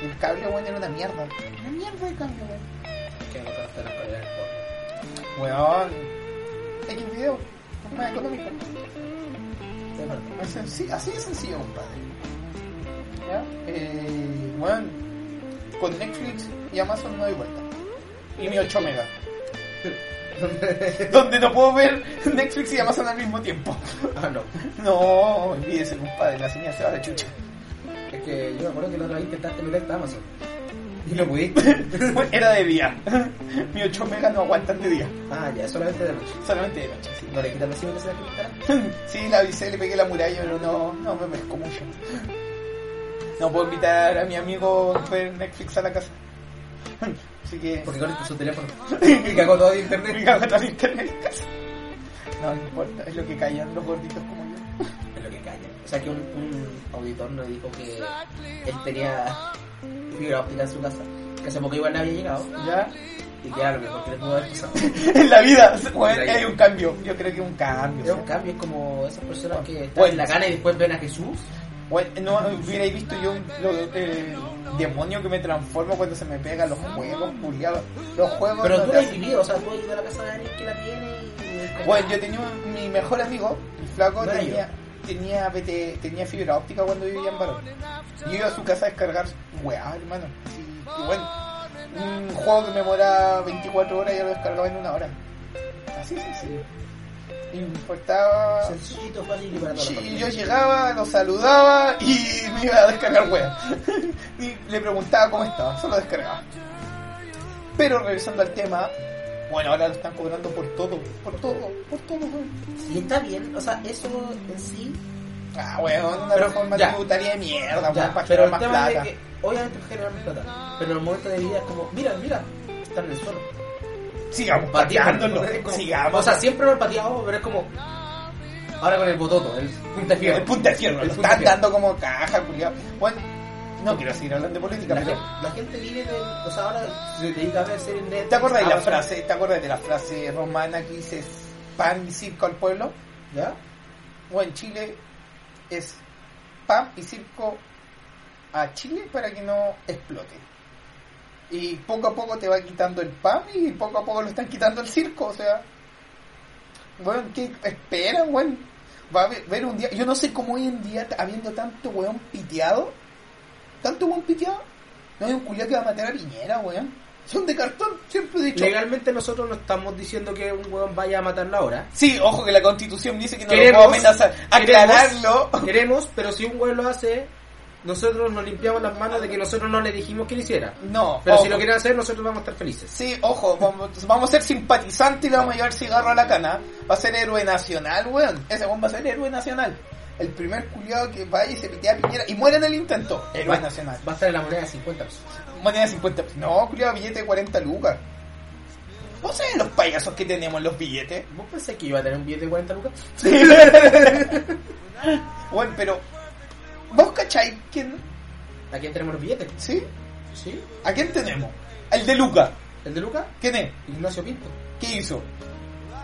S2: Y el cable, weón, era una mierda. Una mierda de cable, weón.
S1: Que no hasta la carrera del porno.
S2: Weón. X video. Es más económico.
S1: De verdad.
S2: Es senc- así de sencillo, compadre. ¿Ya? Eh, weón. Con Netflix y Amazon no doy vuelta. Y mi 8 mega. (laughs) Donde no puedo ver Netflix y Amazon al mismo tiempo.
S1: (laughs)
S2: (laughs)
S1: Ah, no.
S2: No, olvídese, compadre. La señal se va a la chucha. (laughs)
S1: Es que yo me acuerdo que la otra vez intentaste meterte a Amazon. Y no pudiste.
S2: Bueno, Era de día. (laughs) Mi 8 mega no aguantan de día.
S1: Ah, ya, solamente de noche.
S2: Solamente de noche. sí.
S1: No le quitas la cima que se la quitará.
S2: Sí, la avisé, le pegué la muralla, pero no, no me merezco mucho. No puedo invitar a mi amigo a ver Netflix a la casa. (laughs) Así que
S1: Porque conecta su teléfono. (laughs) Y cagó todo de
S2: me
S1: internet.
S2: cago todo el internet en casa. No, no importa, es lo que callan los gorditos como yo.
S1: Es lo que calla. O sea que un, un auditor nos dijo que él tenía fibra óptica en su casa. Que hace poco igual nadie había llegado. (laughs)
S2: ¿Ya?
S1: Y que era lo mejor que le pudo haber pasado.
S2: En la vida, bueno,
S1: En la
S2: hay
S1: vida.
S2: un cambio. Yo creo que un cambio.
S1: Es un
S2: o sea.
S1: cambio, es como esas personas que están
S2: Bueno.
S1: en la gana y después ven a Jesús.
S2: Bueno, no hubiera visto yo lo, el demonio que me transformo cuando se me pega los juegos, culiados. Los juegos.
S1: Pero
S2: no
S1: tú
S2: te
S1: lo has
S2: hacen-
S1: vivido, o sea, tú has ido a la casa de alguien que la tiene y...
S2: Bueno, yo tenía un- mi mejor amigo, el flaco,
S1: No era
S2: tenía, tenía, BT tenía fibra óptica cuando vivía en Barón. Yo iba a su casa a descargar weá, hermano. Así, y bueno, un juego que me demoraba 24 horas ya lo descargaba en una hora. Así es, sencillo. Y me importaba.
S1: Sencillito, fácil y para todos.
S2: Y yo llegaba, lo saludaba y (laughs) me iba a descargar weá. y le preguntaba cómo estaba, solo descargaba. Pero regresando al tema, bueno, ahora lo están cobrando por todo, por todo, por todo, weón.
S1: Y está bien, o sea, eso en sí...
S2: Ah, weón, una
S1: Pero,
S2: reforma
S1: ya.
S2: tributaria de mierda,
S1: Ya,
S2: weón,
S1: pero
S2: para generar
S1: el
S2: más
S1: tema
S2: plata.
S1: es de que obviamente para generar más plata, pero en el momento de vida es como, mira, mira, están en el suelo.
S2: Sigamos
S1: Pateándolo,
S2: pateándolo.
S1: es como-
S2: Sigamos.
S1: O sea, siempre lo pateamos, pero es como. Ahora con el bototo, el punta de
S2: (laughs) el
S1: fierro.
S2: punta de fierro.
S1: El
S2: lo
S1: punta
S2: están
S1: de fierro.
S2: dando como caja, culiao. Bueno, no
S1: No.
S2: quiero seguir hablando de política,
S1: La,
S2: pero...
S1: gente, la gente vive del. O sea, ahora se dedica a ver series net.
S2: ¿Te acuerdas de la
S1: Ah,
S2: frase, te acuerdas de la frase romana que dice pan y circo al pueblo?
S1: ¿Ya?
S2: Bueno, en Chile es pan y circo a Chile para que no explote. Y poco a poco te va quitando el pan y poco a poco lo están quitando el circo, o sea. Bueno, ¿qué esperan, weón? Va a haber- ver un día. Yo no sé cómo hoy en día, habiendo tanto weón piteado, tanto weón piteado, no hay un culiao que va a matar a Piñera, weón. Son de cartón, siempre he dicho.
S1: Legalmente nosotros no estamos diciendo que un huevón vaya a matarla ahora.
S2: Sí, ojo que la constitución dice que no
S1: Queremos-
S2: lo puedo amenazar. Aclararlo.
S1: Queremos, pero si un huevón lo hace, nosotros nos limpiamos las manos de que nosotros no le dijimos que lo hiciera.
S2: No,
S1: Pero
S2: ojo.
S1: si lo quieren hacer, nosotros vamos a estar felices.
S2: Sí, ojo, vamos, vamos a ser simpatizantes y le vamos a llevar cigarro a la cana. Va a ser héroe nacional, weón. Ese weón va a ser héroe nacional. El primer culiado que vaya y se pitea a Piñera y muere en el intento. Héroe
S1: Va-
S2: nacional.
S1: Va a estar en la moneda de 50 pesos.
S2: Moneda de 50. No, culiado, billete de 40 lucas. ¿Vos sabés los payasos que tenemos en los billetes?
S1: ¿Vos pensás que iba a tener un billete de 40 lucas?
S2: (laughs) Bueno, pero... ¿Vos cacháis quién?
S1: ¿A quién tenemos los billetes?
S2: ¿Sí?
S1: ¿Sí?
S2: ¿A quién tenemos? El de Luca.
S1: ¿El de Lucas?
S2: ¿Quién es?
S1: Ignacio Pinto.
S2: ¿Qué hizo? (laughs)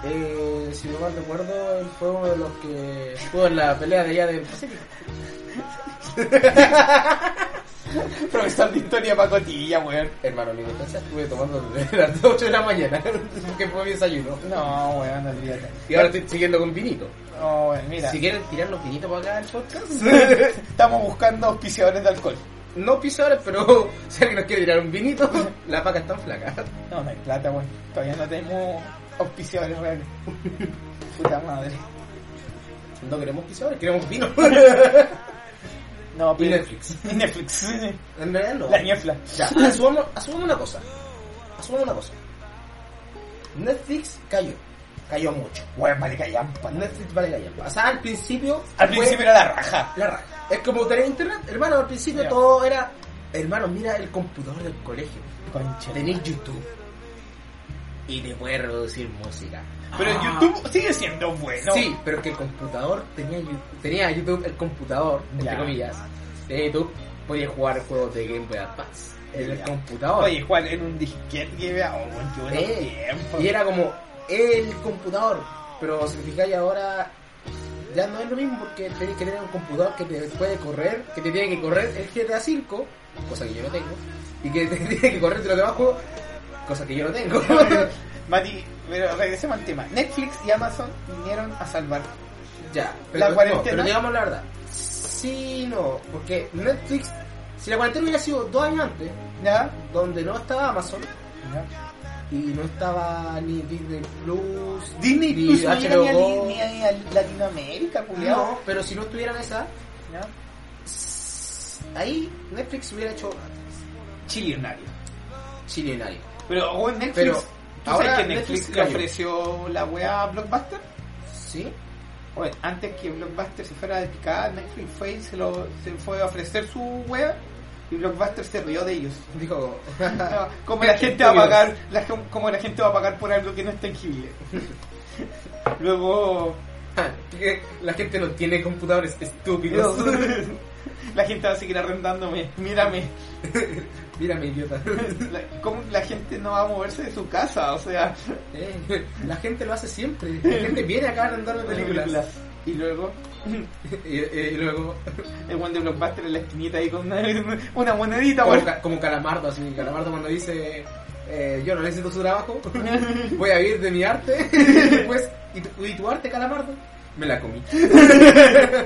S1: Eh, si no mal recuerdo, él fue uno de los que estuvo en la pelea de allá de Pacífico.
S2: Profesor de historia pacotilla, weón.
S1: Hermano, mi defensa estuve tomando (laughs) desde las 8 de la mañana, (laughs) que fue mi desayuno.
S2: No, weón, olvídate.
S1: Y ahora estoy siguiendo con vinito.
S2: No, weón, mira. (laughs)
S1: Si quieren tirar los vinitos para acá al podcast,
S2: Estamos buscando auspiciadores de alcohol.
S1: no pisadores, pero (laughs) si alguien nos quiere tirar un vinito, (laughs) la paca está flaca.
S2: No, no hay plata, weón. Todavía no tenemos auspiciadores
S1: (laughs)
S2: reales. Puta madre.
S1: No queremos pisadores, queremos
S2: (laughs)
S1: vino.
S2: No,
S1: Y
S2: pero...
S1: Netflix.
S2: (laughs) Y Netflix.
S1: En realidad no.
S2: La niebla.
S1: Ya, asumamos, asumamos una cosa. Asumamos una cosa. Netflix cayó. Cayó mucho.
S2: Weón, vale callampa.
S1: Netflix vale gallampa. O sea, al principio.
S2: Al
S1: fue
S2: principio era la raja.
S1: la raja. Es como tener internet. Hermano, al principio
S2: Ya.
S1: todo era. Hermano, mira el computador del colegio.
S2: Concha.
S1: Tenés YouTube. Y te puedes reproducir música.
S2: Pero
S1: Ah.
S2: YouTube sigue siendo bueno.
S1: Sí, pero que el computador tenía YouTube. Tenía YouTube el computador, entre
S2: Ya.
S1: comillas. Tenía YouTube. Podías jugar juegos de Game Boy Advance. En el
S2: Ya.
S1: computador.
S2: Oye, Juan, en un disquete que vea, oh, weón, qué bueno
S1: Eh,
S2: tiempo.
S1: Y era como el computador. Pero si te fijáis ahora ya no es lo mismo porque tenés que tener un computador que te puede correr, que te tiene que correr el GTA V, cosa que yo no tengo, y que te (laughs) tiene que correr de lo que bajo, cosa que yo no tengo. (laughs)
S2: (laughs) Mati, pero regresemos al tema. Netflix y Amazon vinieron a salvar.
S1: ya,
S2: La
S1: pero, no,
S2: cuarentena.
S1: pero digamos la verdad. Sí, no, porque Netflix, si la cuarentena hubiera sido dos años antes,
S2: ¿Ya?
S1: donde no estaba Amazon y no estaba ni Disney Plus,
S2: Disney
S1: ni
S2: Plus no llega ni a,
S1: HBO.
S2: ni a- ni a Latinoamérica, culiao.
S1: No, pero si no tuvieran esa,
S2: ¿Ya?
S1: ahí Netflix hubiera hecho
S2: Chillonario.
S1: chillonario.
S2: Pero, weón, Netflix.
S1: Pero,
S2: ¿tú
S1: ahora
S2: sabes que Netflix,
S1: Netflix
S2: le
S1: cayó.
S2: ofreció la weá a Blockbuster?
S1: ¿Sí?
S2: Bueno, antes que Blockbuster se fuera de picada, Netflix fue y se, lo, se fue a ofrecer su weá. Y Blockbuster se rió de ellos.
S1: Dijo, (laughs)
S2: como la gente va a pagar la, gen- cómo la gente va a pagar por algo que no es tangible (laughs) luego
S1: que la gente no tiene computadores estúpidos.
S2: (laughs)
S1: (laughs)
S2: la gente va a seguir arrendándome mírame
S1: Mírame, idiota. (laughs)
S2: la, cómo la gente no va a moverse de su casa o sea
S1: Eh, la gente lo hace siempre. La gente viene acá a arrendar
S2: (laughs)
S1: las películas.
S2: y luego
S1: (laughs) Y, y luego,
S2: el one de blockbuster en la esquinita ahí con una, (laughs) una monedita
S1: como,
S2: weón.
S1: ca- como Calamardo, así. Calamardo cuando dice, eh, yo no necesito su
S2: (laughs)
S1: trabajo, voy a vivir de mi arte. (laughs) Pues, ¿y tu, y tu arte, Calamardo? Me la comí.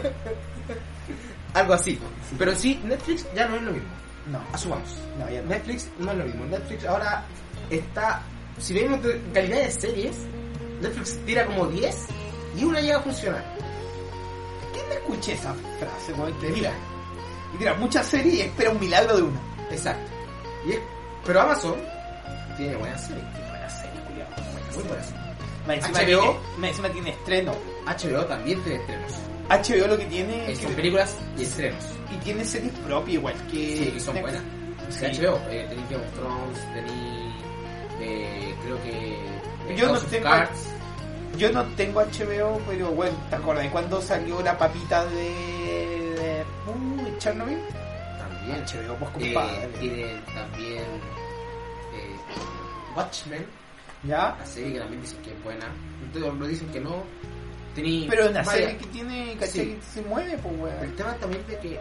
S1: (laughs) Algo así. Pero sí, Netflix ya no es lo mismo.
S2: no
S1: Asumamos.
S2: no ya no
S1: Netflix no es lo mismo. Netflix ahora está. Si vemos de calidad de series, Netflix tira como 10 y una llega a funcionar.
S2: ¿quién me escuché esa frase weón?
S1: Te mira.
S2: y mira muchas series y espera un milagro de una
S1: Exacto. Y es- pero Amazon tiene buenas series. Tiene buenas series, culiao, buenas, Muy buenas.
S2: Más encima,
S1: HBO.
S2: tiene, más encima tiene estreno.
S1: HBO también tiene estrenos.
S2: HBO lo que tiene
S1: Eh,
S2: es
S1: Son
S2: que-
S1: películas y estrenos.
S2: y tiene series propias igual que
S1: Sí, que son
S2: Netflix.
S1: buenas.
S2: Sí.
S1: De HBO, eh, tenéis Game of Thrones, tenéis. Eh, creo que. eh,
S2: Yo no
S1: House of
S2: tengo-
S1: Cards.
S2: Yo no tengo HBO, pero bueno, ¿te acuerdas de cuando salió la papita de, de- uh, Chernobyl?
S1: También.
S2: HBO, pues
S1: Eh,
S2: compadre.
S1: tienen también. Eh, Watchmen,
S2: ¿Ya?
S1: la serie que también dicen que es buena. Entonces lo dicen que no. Tení
S2: Pero es una
S1: varias.
S2: serie que tiene, ¿cachai?
S1: Sí.
S2: Que se mueve, pues,
S1: El
S2: weón.
S1: tema también de que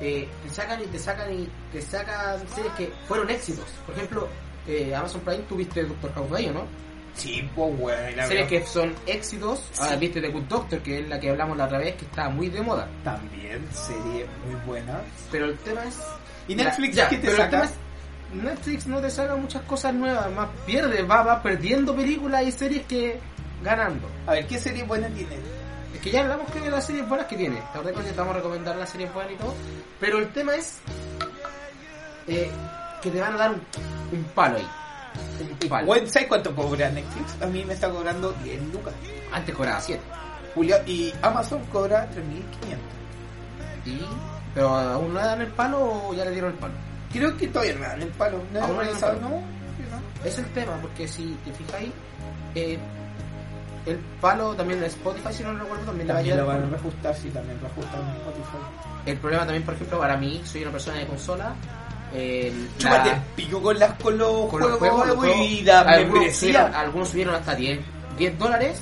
S1: eh, te sacan y te sacan y te sacan series que fueron éxitos. Por ejemplo, eh, Amazon Prime, tuviste Doctor House ahí, ¿o ¿no?
S2: Sí, pues, weón. y la
S1: series
S2: verdad-
S1: que son éxitos. Ah, viste The Good Doctor, que es la que hablamos la otra vez, que está muy de moda.
S2: También, serie muy buena.
S1: Pero el tema es.
S2: ¿Y Netflix
S1: Ya,
S2: qué te
S1: pero el
S2: saca?
S1: tema es- Netflix no te saca muchas cosas nuevas, más pierde, va, va perdiendo películas y series que ganando.
S2: A ver, ¿qué serie buena tiene?
S1: Es que ya hablamos creo, de las series buenas que tiene. La verdad que intentamos recomendar las series buenas y todo. Pero el tema es eh, que te van a dar un, un palo ahí. Un palo.
S2: Weón, ¿sabes cuánto cobra Netflix? A mí me está cobrando 10 lucas.
S1: Antes cobraba 7.
S2: Julio, y Amazon cobra 3.500.
S1: Y, pero aún no le dan el palo o ya le dieron el palo.
S2: Creo que todavía no me dan el palo. No
S1: Aún no le
S2: he
S1: dan el
S2: revisado,
S1: palo.
S2: no. no.
S1: Es el tema, porque si te fijáis, eh, el palo también de Spotify, si no lo recuerdo, también, le va a
S2: También
S1: llegar
S2: lo
S1: el
S2: van a
S1: palo.
S2: reajustar, sí, también reajustan en Spotify.
S1: El problema también, por ejemplo, para mí, soy una persona de consola. el- la-
S2: Chúpate el pico con, las, con los
S1: con los
S2: juegos,
S1: juegos, los juegos,
S2: y la
S1: algunos, subieron,
S2: membresía.
S1: algunos subieron hasta 10, 10 dólares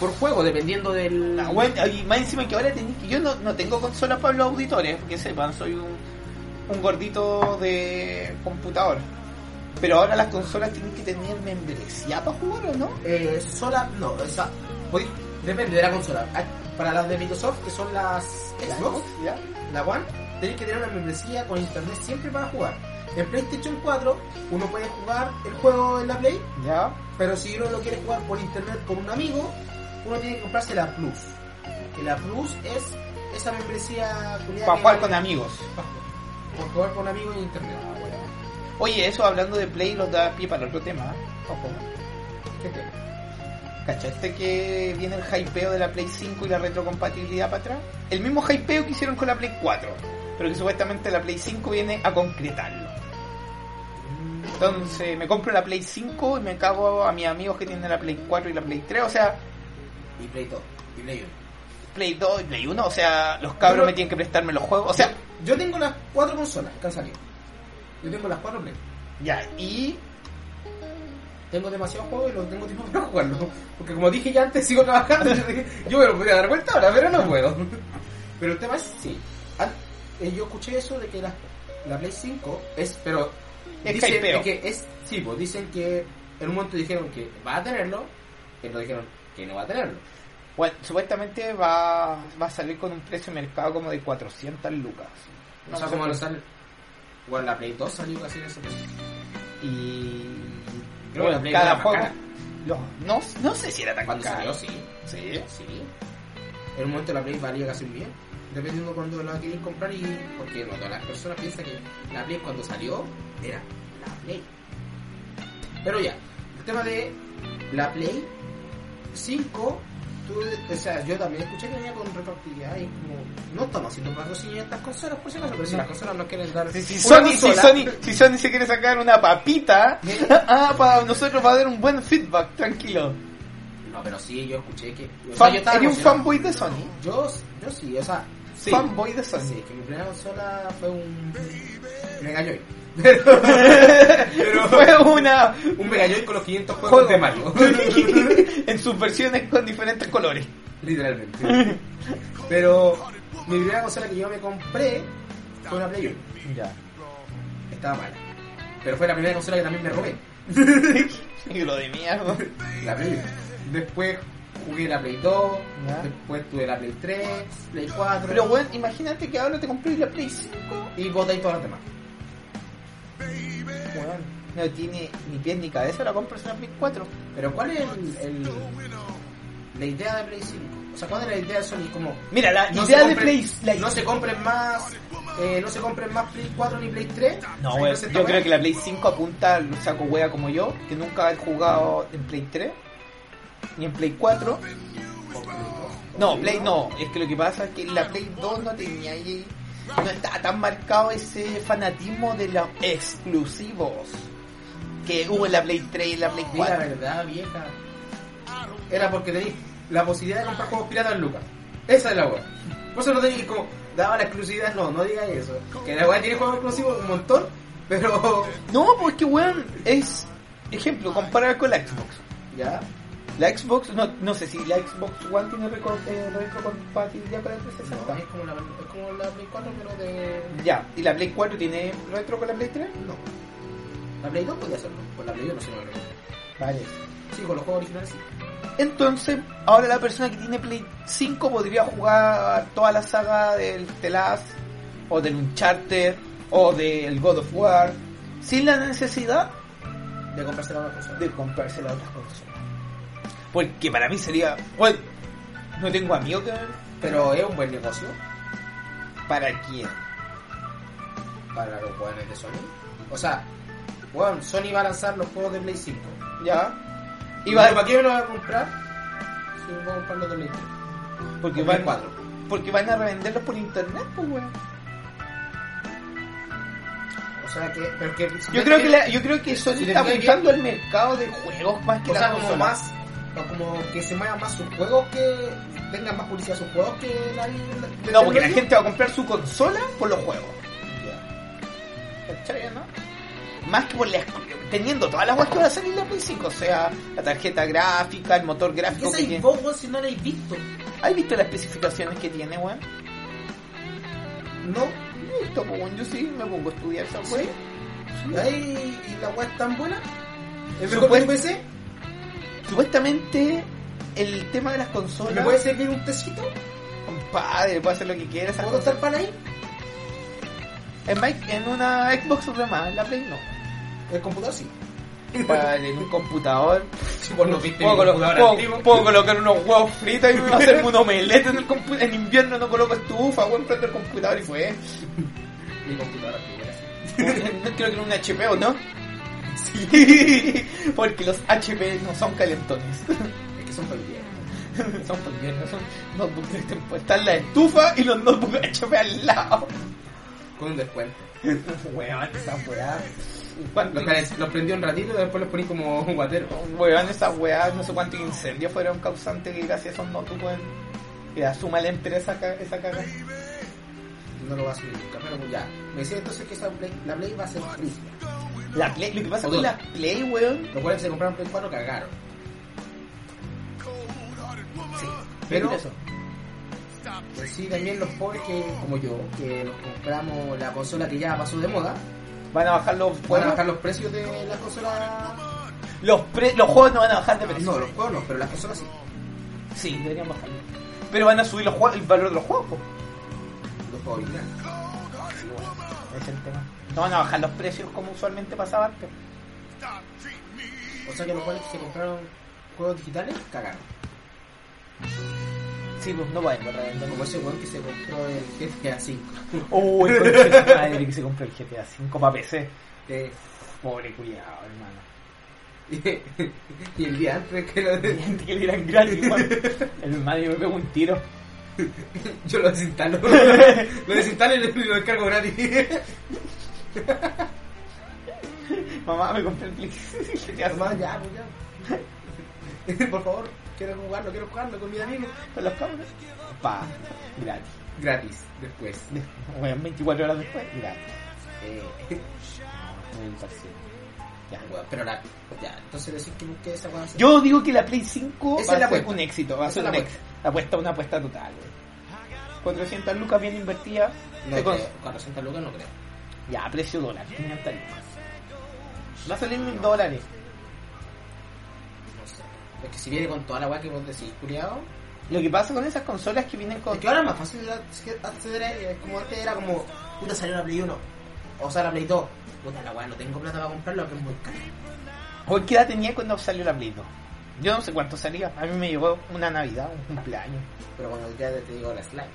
S1: por juego, dependiendo del...
S2: La web, y más encima que ahora tenés que- Yo no, no tengo consola para los auditores, que sepan, soy un, un gordito de computador. Pero ahora las consolas tienen que tener membresía para jugar, ¿o no?
S1: Eh, sola, no, o sea, podéis- depende de la consola. Ah, Para las de Microsoft, que son las Xbox,
S2: ¿Ya?
S1: la One, tenéis que tener una membresía con internet siempre para jugar. En PlayStation 4 uno puede jugar el juego en la Play,
S2: ¿Ya?
S1: pero si uno lo quiere jugar por internet con un amigo, uno tiene que comprarse la Plus. Que la Plus es esa membresía culiada
S2: Para
S1: que
S2: jugar
S1: vale-
S2: con amigos.
S1: por jugar con amigos en internet.
S2: Oye, eso hablando de Play nos da pie para otro tema. ¿eh? Ojo.
S1: ¿Qué tema?
S2: ¿Cachaste que viene el hypeo de la Play 5 y la retrocompatibilidad para atrás? El mismo hypeo que hicieron con la Play 4, pero que supuestamente la Play 5 viene a concretarlo. Entonces, me compro la Play 5 y me cago a mis amigos que tienen la Play 4 y la Play 3, o sea,
S1: Y Play 2, y Play
S2: Play 2 y Play 1, o sea, los cabros
S1: Pero-
S2: me tienen que prestarme los juegos, o sea,
S1: 1. Yo tengo las cuatro consolas que han salido. Yo tengo las cuatro Play.
S2: ya, y
S1: Tengo demasiados juegos y los tengo tiempo para jugarlos. Porque como dije ya antes, sigo trabajando. yo me lo podría dar cuenta ahora, pero no puedo. Pero el tema es, sí. An- eh, yo escuché eso de que la, la Play 5 es, pero...
S2: Es
S1: dicen
S2: hypeo.
S1: de que es, sí, pues, dicen que en un momento dijeron que va a tenerlo, pero dijeron que no va a tenerlo.
S2: bueno, supuestamente va, va a salir con un precio de mercado como de 400 lucas.
S1: O sea, como no sale. Bueno, la Play 2 salió casi en ese precio.
S2: Y
S1: Creo que la Play
S2: cada
S1: era más
S2: juego.
S1: cara.
S2: Los- No, no sé si era tan
S1: Cuando
S2: caro.
S1: salió, sí.
S2: Sí.
S1: Sí. En un momento la Play valía casi un bien. Dependiendo cuando la queréis comprar y. Porque no todas las personas piensan que la Play cuando salió era la Play. Pero ya, el tema de la Play 5. tú- o sea, yo también escuché que venía con retroactividad y como no estamos haciendo patrocinio a estas consolas, por si acaso, pero si
S2: No.
S1: las consolas no quieren dar.
S2: Si, si
S1: una
S2: Sony, si,
S1: consola- eh,
S2: Sony, si Sony se quiere sacar una papita, (laughs) ah, para nosotros va a haber un buen feedback, tranquilo.
S1: No, pero sí, yo escuché que. o sea,
S2: Fan,
S1: yo estaba
S2: ¿Eres un
S1: emocionado.
S2: fanboy de Sony?
S1: Yo, yo sí, o sea, sí.
S2: Fanboy de Sony.
S1: Sí, que mi primera consola fue un Mega Joy.
S2: (laughs) Fue una...
S1: Un Mega Joy con los 500 juegos
S2: Juego.
S1: de Mario. (laughs)
S2: (laughs) en sus versiones con diferentes colores.
S1: Literalmente. Pero mi primera consola que yo me compré fue una Play 1.
S2: Ya.
S1: Estaba mal. Pero fue la primera consola que también me robé.
S2: (laughs) Y lo de mierda.
S1: La Play 1. Después jugué la Play 2.
S2: Ya.
S1: Después tuve la Play 3, Play 4.
S2: Pero bueno, imagínate que ahora te compré la Play 5
S1: y boté todas las demás.
S2: Weón, no tiene ni pies ni cabeza, la compras en la Play 4.
S1: Pero ¿cuál es el, el- la idea de Play 5? O sea, ¿cuál es la idea de Sony? Como,
S2: Mira, la
S1: no
S2: idea
S1: se
S2: de
S1: compren-
S2: Play... la-
S1: No se compren más... eh, no se compren más Play 4 ni Play 3.
S2: No,
S1: O sea,
S2: weón,
S1: entonces,
S2: yo
S1: esta
S2: creo que la Play 5 apunta al saco wea como yo, que nunca he jugado en Play 3. y en Play 4. No, Play no, es que lo que pasa es que en la Play 2 no tenía ahí, no estaba tan marcado ese fanatismo de los exclusivos que hubo en la Play 3 y en la Play
S1: Mira, la
S2: 4.
S1: verdad, vieja. Era porque tenéis la posibilidad de comprar juegos piratas en Lucas. Esa es la weá. Por eso no tenéis como, daba la exclusividad, no, no digáis eso. Que la weá tiene juegos exclusivos un montón, pero. (laughs)
S2: No, pues que weón, es, ejemplo, comparar con la Xbox.
S1: Ya.
S2: La Xbox, no, no sé si la Xbox One tiene reco- eh, retrocompatibilidad con la 360.
S1: pues No, es como la, es como la Play 4, pero de.
S2: Ya, ¿y la Play 4 tiene retro con la Play 3?
S1: No. La Play 2 podía hacerlo, con la Play 2 no se lo agregó.
S2: Vale.
S1: Sí, con los juegos originales sí.
S2: Entonces, ahora la persona que tiene Play 5 podría jugar toda la saga del The Last, o del Uncharted, o del God of War, sin la necesidad
S1: De comprarse la otra cosa.
S2: de comprarse la otra consola. Porque para mí sería, bueno, no tengo amigos que...
S1: Pero es un buen negocio
S2: ¿Para quién?
S1: para los jugadores de Sony. O sea, weón, Sony va a lanzar los juegos de Play 5.
S2: ¿Ya?
S1: ¿Y
S2: Y va-
S1: para qué me lo va a comprar? Si voy a comprar los de Play 3.
S2: Porque
S1: Con
S2: van,
S1: Play 4.
S2: porque van a revenderlos por internet, pues, weón.
S1: O sea que. Pero que
S2: Yo creo que, la- yo creo que Sony
S1: Si
S2: está
S1: tendría que-
S2: buscando el mercado de juegos más que
S1: o
S2: la
S1: sea, como
S2: consola.
S1: más. o Como que se muevan más sus juegos que. Tengan más publicidad sus juegos que la. la-
S2: No, porque la
S1: la-
S2: gente va a comprar su consola por los juegos. ¿Cachai, no? Más que por la exclu- teniendo todas las cosas que van a salir en la Play 5, o sea, la tarjeta gráfica, el motor
S1: ¿Qué
S2: gráfico que
S1: sabéis
S2: tiene.
S1: vos, weón, si no lo habéis visto?
S2: ¿Has visto las especificaciones que tiene, weón?
S1: No.
S2: Listo, pues, weón, yo sí me pongo a estudiar esa weón. Mm.
S1: Ahí, y la weá es tan buena. ¿Es mejor que
S2: Supuest-
S1: un PC?
S2: Supuestamente, el tema de las
S1: ¿Me
S2: consolas,
S1: puede servir un tecito?
S2: compadre, puede hacer lo que quiera, esas
S1: ¿Puedo
S2: cosas.
S1: estar para ahí?
S2: En, Mike- en una Xbox otra más, en la Play no.
S1: (laughs) El computador sí.
S2: Compadre, en un computador.
S1: Si vos no viste
S2: Puedo,
S1: mi
S2: colo-
S1: computador
S2: puedo-
S1: antiguo.
S2: puedo colocar unos huevos fritos y me va a hacer un omelete en el compu- En invierno no coloco estufa, voy a prender el computador y
S1: (laughs)
S2: fue.
S1: Mi computador antiguo era así.
S2: No creo que era un HP o no. Sí, (laughs) porque los HP no son calentones.
S1: Es que son familiares.
S2: (laughs) son por invierno, son notebooks de tempo- Están la estufa y los notebooks HP al lado.
S1: Con un descuento.
S2: Weón, esa weá.
S1: Los,
S2: ¿Cuántos
S1: cales- los prendí un ratito y después los poní como un guatero.
S2: Weón, esas weas, no sé cuántos incendios fueron causantes que gracias a esos notebooks, weón. Y asuma la empresa ca- esa caga.
S1: No lo va a subir nunca, pero pues ya. Me decía entonces que esa Play- la Play va a ser free.
S2: La Play, lo que pasa es que
S1: Odor.
S2: la Play, weón,
S1: Los cuales se compraron Play 4 cagaron. Pero
S2: Mira eso.
S1: pues sí, también los pobres que, como yo, que nos compramos la consola que ya pasó de moda,
S2: van a bajar los
S1: pueden
S2: juegos.
S1: bajar los precios de la consola.
S2: Los, pre- los juegos no van a bajar de precio.
S1: No, los juegos no, pero las consolas sí.
S2: Sí, deberían bajarlo. Pero van a subir los juegos, el valor de los juegos. po.
S1: Los juegos originales.
S2: Ese es el tema. No van a bajar los precios como usualmente pasaba antes.
S1: O sea que los cuales se compraron juegos digitales cagaron.
S2: Sí, pues no van a bajar el
S1: Como ese weón que se compró el GTA V.
S2: (laughs) Uy, conche (laughs) madre que se compró el GTA 5 para PC.
S1: Eh, (laughs)
S2: Pobre culiao, hermano.
S1: y el día antes que lo
S2: Hay
S1: de-
S2: gente que le dirán gratis, weón. (laughs) Hermano, yo me pego un tiro.
S1: yo lo (laughs) desinstalo. lo desinstalo y lo, y lo descargo gratis.
S2: Mamá, me compré el Play- (laughs) el GTA
S1: Además,
S2: 5
S1: (laughs) ya, pues ya. Por favor, quiero jugarlo, quiero jugarlo con mis amigos.
S2: con los cabros. Pa, gratis.
S1: Gratis, después.
S2: Weón, 24 horas después, gratis.
S1: Eh, (laughs)
S2: Muy imparcial. Ya.
S1: weón, pero la, ya, entonces decir que busqué esa weá.
S2: Yo digo que la Play
S1: Esa
S2: 5 va
S1: es la
S2: a ser
S1: apuesta.
S2: un éxito, va a
S1: Esa
S2: ser
S1: es la
S2: un éxito. La apuesta, una apuesta total. güey. 400 lucas bien invertidas.
S1: no
S2: te
S1: creo,
S2: cons-
S1: 400 lucas no creo.
S2: ya, a precio dólar, 500 lucas. Va a salir mil dólares.
S1: No sé. Es que si viene con toda la weá que vos decís, culiado.
S2: Lo que pasa con esas consolas que vienen con...
S1: Porque ahora es más fácil de acceder a ella. Es como antes era como, puta, salió la Play 1. O sea, la Play 2. Puta, la weá, no tengo plata para comprarlo, que es muy caro.
S2: ¿Hoy qué edad tenía cuando salió la Play 2? Yo no sé cuánto salía. A mí me llegó una Navidad, un cumpleaños.
S1: Pero cuando ya te digo la Slack,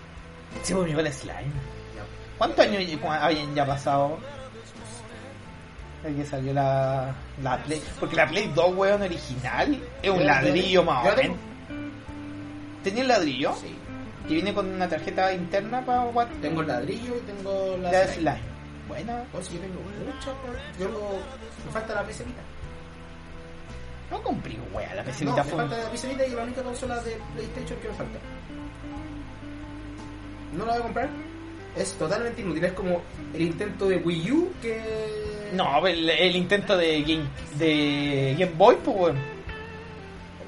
S2: Se me llegó la Slime.
S1: ya.
S2: ¿Cuántos años lle- cua- habían ya pasado? Aquí salió la, la Play. Porque la Play 2, weón, original es un
S7: Yo-
S2: ladrillo
S7: yo-
S2: más
S7: yo
S2: o
S7: tengo-
S2: menos. ¿Tenía el ladrillo? Y viene con una tarjeta interna para jugar.
S1: Tengo el ladrillo y tengo la.
S2: la Slime. Buena.
S1: Oh, sí, yo tengo muchas. weón. Yo me falta la PC Vita.
S2: No compré, weón, la PC
S1: no,
S2: Vita
S1: me
S2: fue.
S1: falta la PC Vita y la única consola de PlayStation que me falta. No la voy a comprar. Es totalmente inútil. Es como el intento de Wii U que.
S2: No, el, el intento de Game, de Game Boy, pues, weón.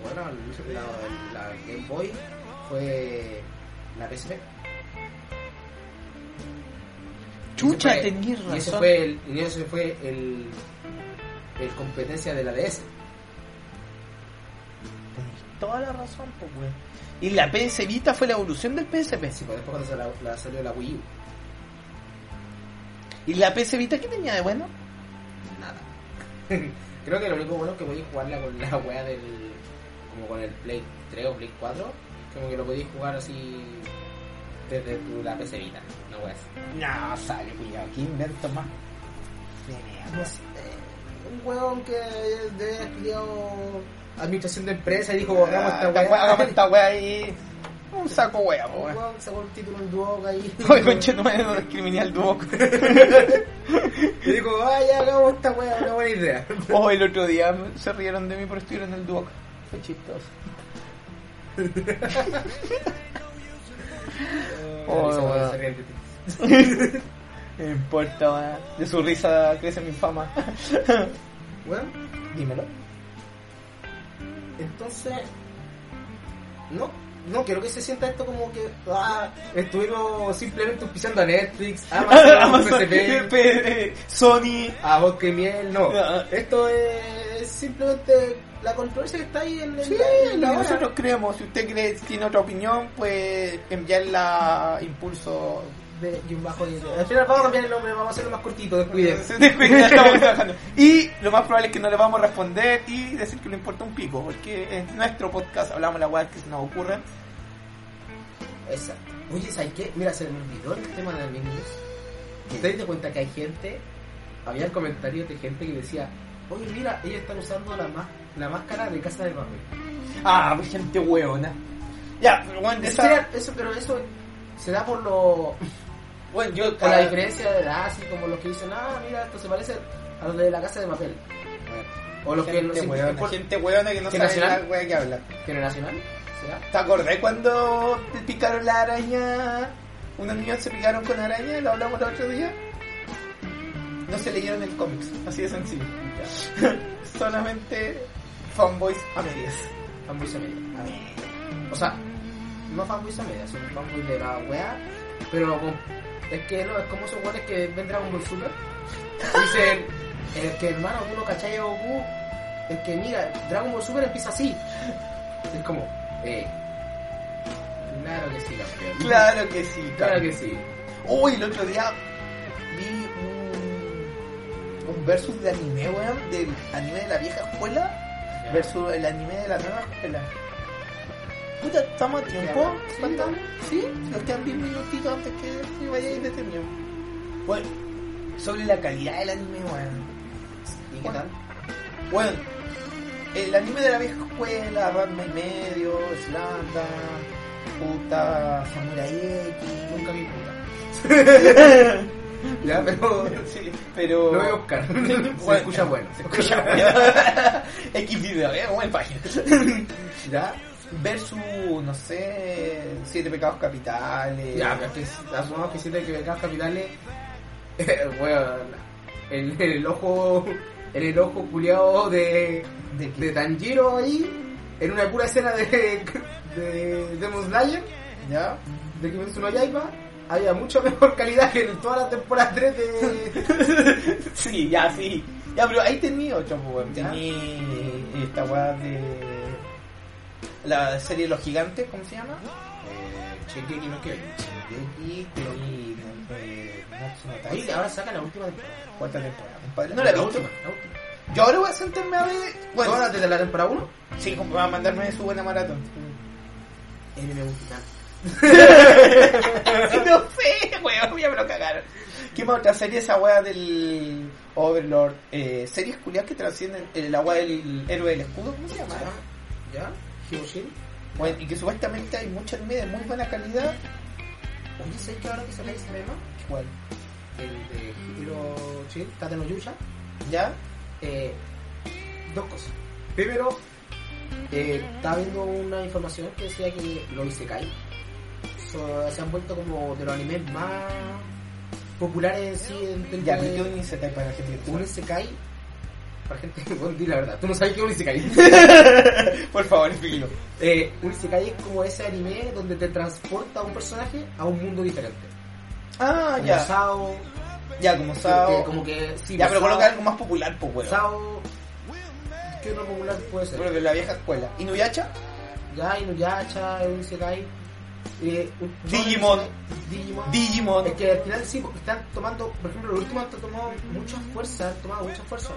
S1: Bueno, la, la Game Boy fue la PSP.
S2: Chucha,
S1: Ese fue-
S2: tenías
S1: Y ese
S2: razón.
S1: fue el, y ese fue el, el competencia de la DS.
S2: Tenés toda la razón, pues, weón. Y la PS Vita fue la evolución del PSP.
S1: Sí, pues después cuando se la, la salió la Wii U.
S2: ¿Y la PS Vita qué tenía de bueno?
S1: Nada. (laughs) Creo que lo único bueno es que podéis jugarla con la wea del. como con el Play 3 o Play 4. Como que lo podéis jugar así desde tu, la PC Vita. No wea así.
S2: No, sale, cuidado, qué invento más. Tenía-
S1: eh, un huevón que debe haber estudiado administración de empresa y dijo, hagamos
S2: Ah,
S1: esta
S2: esta wea,
S1: hueá.
S2: hagamos esta wea ahí. Un saco wea, po,
S1: Un
S2: (laughs) weón.
S1: huevón sacó el título en Duoc ahí.
S2: (laughs) Oye, conche, no me no discriminé
S1: (laughs)
S2: al Duoc.
S1: Y dijo, ah, ya hagamos esta hueá, una buena idea.
S2: Oh, el otro día se rieron de mí por estudiar en el Duoc. Fue chistoso.
S1: (laughs)
S2: Oh,
S1: Y se-
S2: weón.
S1: se ríe de ti.
S2: No importa, weón. De su risa crece mi fama.
S1: Weón,
S2: (laughs) Dímelo.
S1: entonces, no, no quiero que se sienta esto como que, ah, estuvimos simplemente pisando a Netflix,
S2: (laughs) Ah,
S1: Amazon,
S2: Amazon,
S1: PSP,
S2: PSP, Sony.
S1: a Bosque y Miel, no.
S2: No.
S1: Esto es simplemente la controversia que está ahí en el...
S2: Sí,
S1: en la hora.
S2: eh, nosotros creemos. Si usted cree, tiene otra opinión, pues enviarla a impulso.
S1: de, y un bajo y Al final vamos a cambiar el nombre, vamos a hacerlo más cortito,
S2: (laughs)
S1: descuídense.
S2: Ya estamos trabajando. Y lo más probable es que no le vamos a responder y decir que no importa un pico, porque en nuestro podcast hablamos la weá que se nos ocurre.
S1: Exacto. Oye, ¿sabes qué? Mira, se me olvidó el tema del inglés. ¿Te diste cuenta que hay gente? Había comentarios de gente que decía, oye, mira, ellos están usando la, más, la máscara de Casa del Papel.
S2: Ah, pues, gente hueona. Ya, pero bueno, de
S1: Eso,
S2: esa.
S1: era- eso, pero eso se da por lo
S2: Bueno, yo. ah,
S1: por la diferencia de edad, así como los que dicen, ah, mira, esto se parece a los de la Casa de Papel. O los que no
S2: Gente
S1: se
S2: hueona, gente hueona que no
S1: ¿Qué
S2: sabe
S1: nacional?
S2: la weá que habla.
S1: generacional, ¿será?
S2: ¿Te acordás cuando te picaron la araña? Unos niños se picaron con araña, lo hablamos el otro día. No se leyeron el cómics, así de sencillo. Solamente fanboys a medias.
S1: Fanboys a media. O sea, no fanboys a media, son fanboys de la wea. Pero con- es que no, es como esos weones que ven Dragon Ball Super. Dicen, es que hermano, uno cachai a Goku. Es que mira, Dragon Ball Super empieza así. Es como, eh. Claro que sí, campeón.
S2: Claro que sí,
S1: Claro que sí.
S2: Uy, el otro día vi un, un versus de anime, weón, del anime de la vieja escuela versus el anime de la nueva escuela. Puta, estamos a tiempo.
S1: Ya, sí,
S2: ¿Cuánto?
S1: ya.
S2: Sí, nos quedan 10 minutitos antes que me vaya y
S1: este
S2: te termino. Bueno, sobre la calidad del anime, weón.
S1: ¿Y qué tal?
S2: Bueno, el anime de la vieja escuela, Ranma y medio, Slanda, puta, Samurai X.
S1: Nunca vi puta. ya, pero.
S2: (laughs)
S1: (laughs)
S2: Sí, pero.
S1: Lo voy a buscar. Se
S2: Bueno.
S1: escucha bueno. Se
S2: Escucha, (laughs) X video, eh, buena página.
S1: (laughs) ¿Ya?
S2: Versus, no sé, Siete Pecados Capitales.
S1: Ya, pero es que asumamos que siete que vengas capitales, (laughs) weón, en el ojo, en el ojo culiado de,
S2: ¿De qué?
S1: de Tanjiro ahí, en una pura escena de, de Demon Slayer,
S2: ¿Ya?
S1: de Kimetsu no Yaiba, había mucha mejor calidad que en todas las temporadas 3 de...
S2: Sí, ya, sí. Ya, pero ahí tenía otro, weón.
S1: Ya.
S2: Tení esta weá de. La serie de los gigantes, ¿cómo se llama?
S1: Shingeki no Kyojin.
S2: Y tení. eh, Natsu no Taizai.
S1: Oye, ahora saca la última temporada.
S2: ¿Cuántas temporadas, compadre? No la he visto.
S1: última, la última.
S2: Yo ahora voy a sentarme a ver. Bueno,
S1: ¿Todas las desde la temporada 1?
S2: sí, como va a mandarme su buena maratón.
S1: Él me gusta. (laughs)
S2: (laughs) no sé, weón, ya me lo cagaron. ¿Qué más otra serie? Esa weá del Overlord. Eh, series culiadas que trascienden el agua del héroe del escudo. ¿Cómo se llama?
S1: ¿Ya? ¿Hiroshima?
S2: Bueno, y que supuestamente hay mucha anime de muy buena calidad.
S1: Oye, ¿sabes que ahora que sale ese meme?
S2: Igual,
S1: El de Hiroshima, Tate no Yusha.
S2: ¿ya?
S1: Eh, dos cosas. Primero, eh, estaba viendo una información que decía que los Isekai so- se han vuelto como de los animes más populares sí, en
S2: Ya,
S1: en-
S2: pero yo ni se cae para la gente. que
S1: Un Isekai, para gente que (laughs) bueno, di la verdad, tú no sabes qué es un Isekai.
S2: (laughs)
S1: (laughs)
S2: Por favor, explíquelo.
S1: Eh, un Isekai es como ese anime donde te transporta a un personaje a un mundo diferente.
S2: Ah,
S1: Como
S2: ya.
S1: Sao,
S2: Ya, como
S1: que-
S2: Sao.
S1: como que sí,
S2: ya, pero
S1: Sao-
S2: coloca algo más popular, pues, weón.
S1: Sao, ¿qué otro popular puede ser?
S2: Bueno, de la vieja escuela. ¿Inuyacha?
S1: Ya, Inuyasha, un Isekai. Eh, un-
S2: Digimon.
S1: Digimon.
S2: Digimon.
S1: Es que al final sí, porque están tomando, por ejemplo, los últimos han tomado mucha fuerza, han tomado mucha fuerza.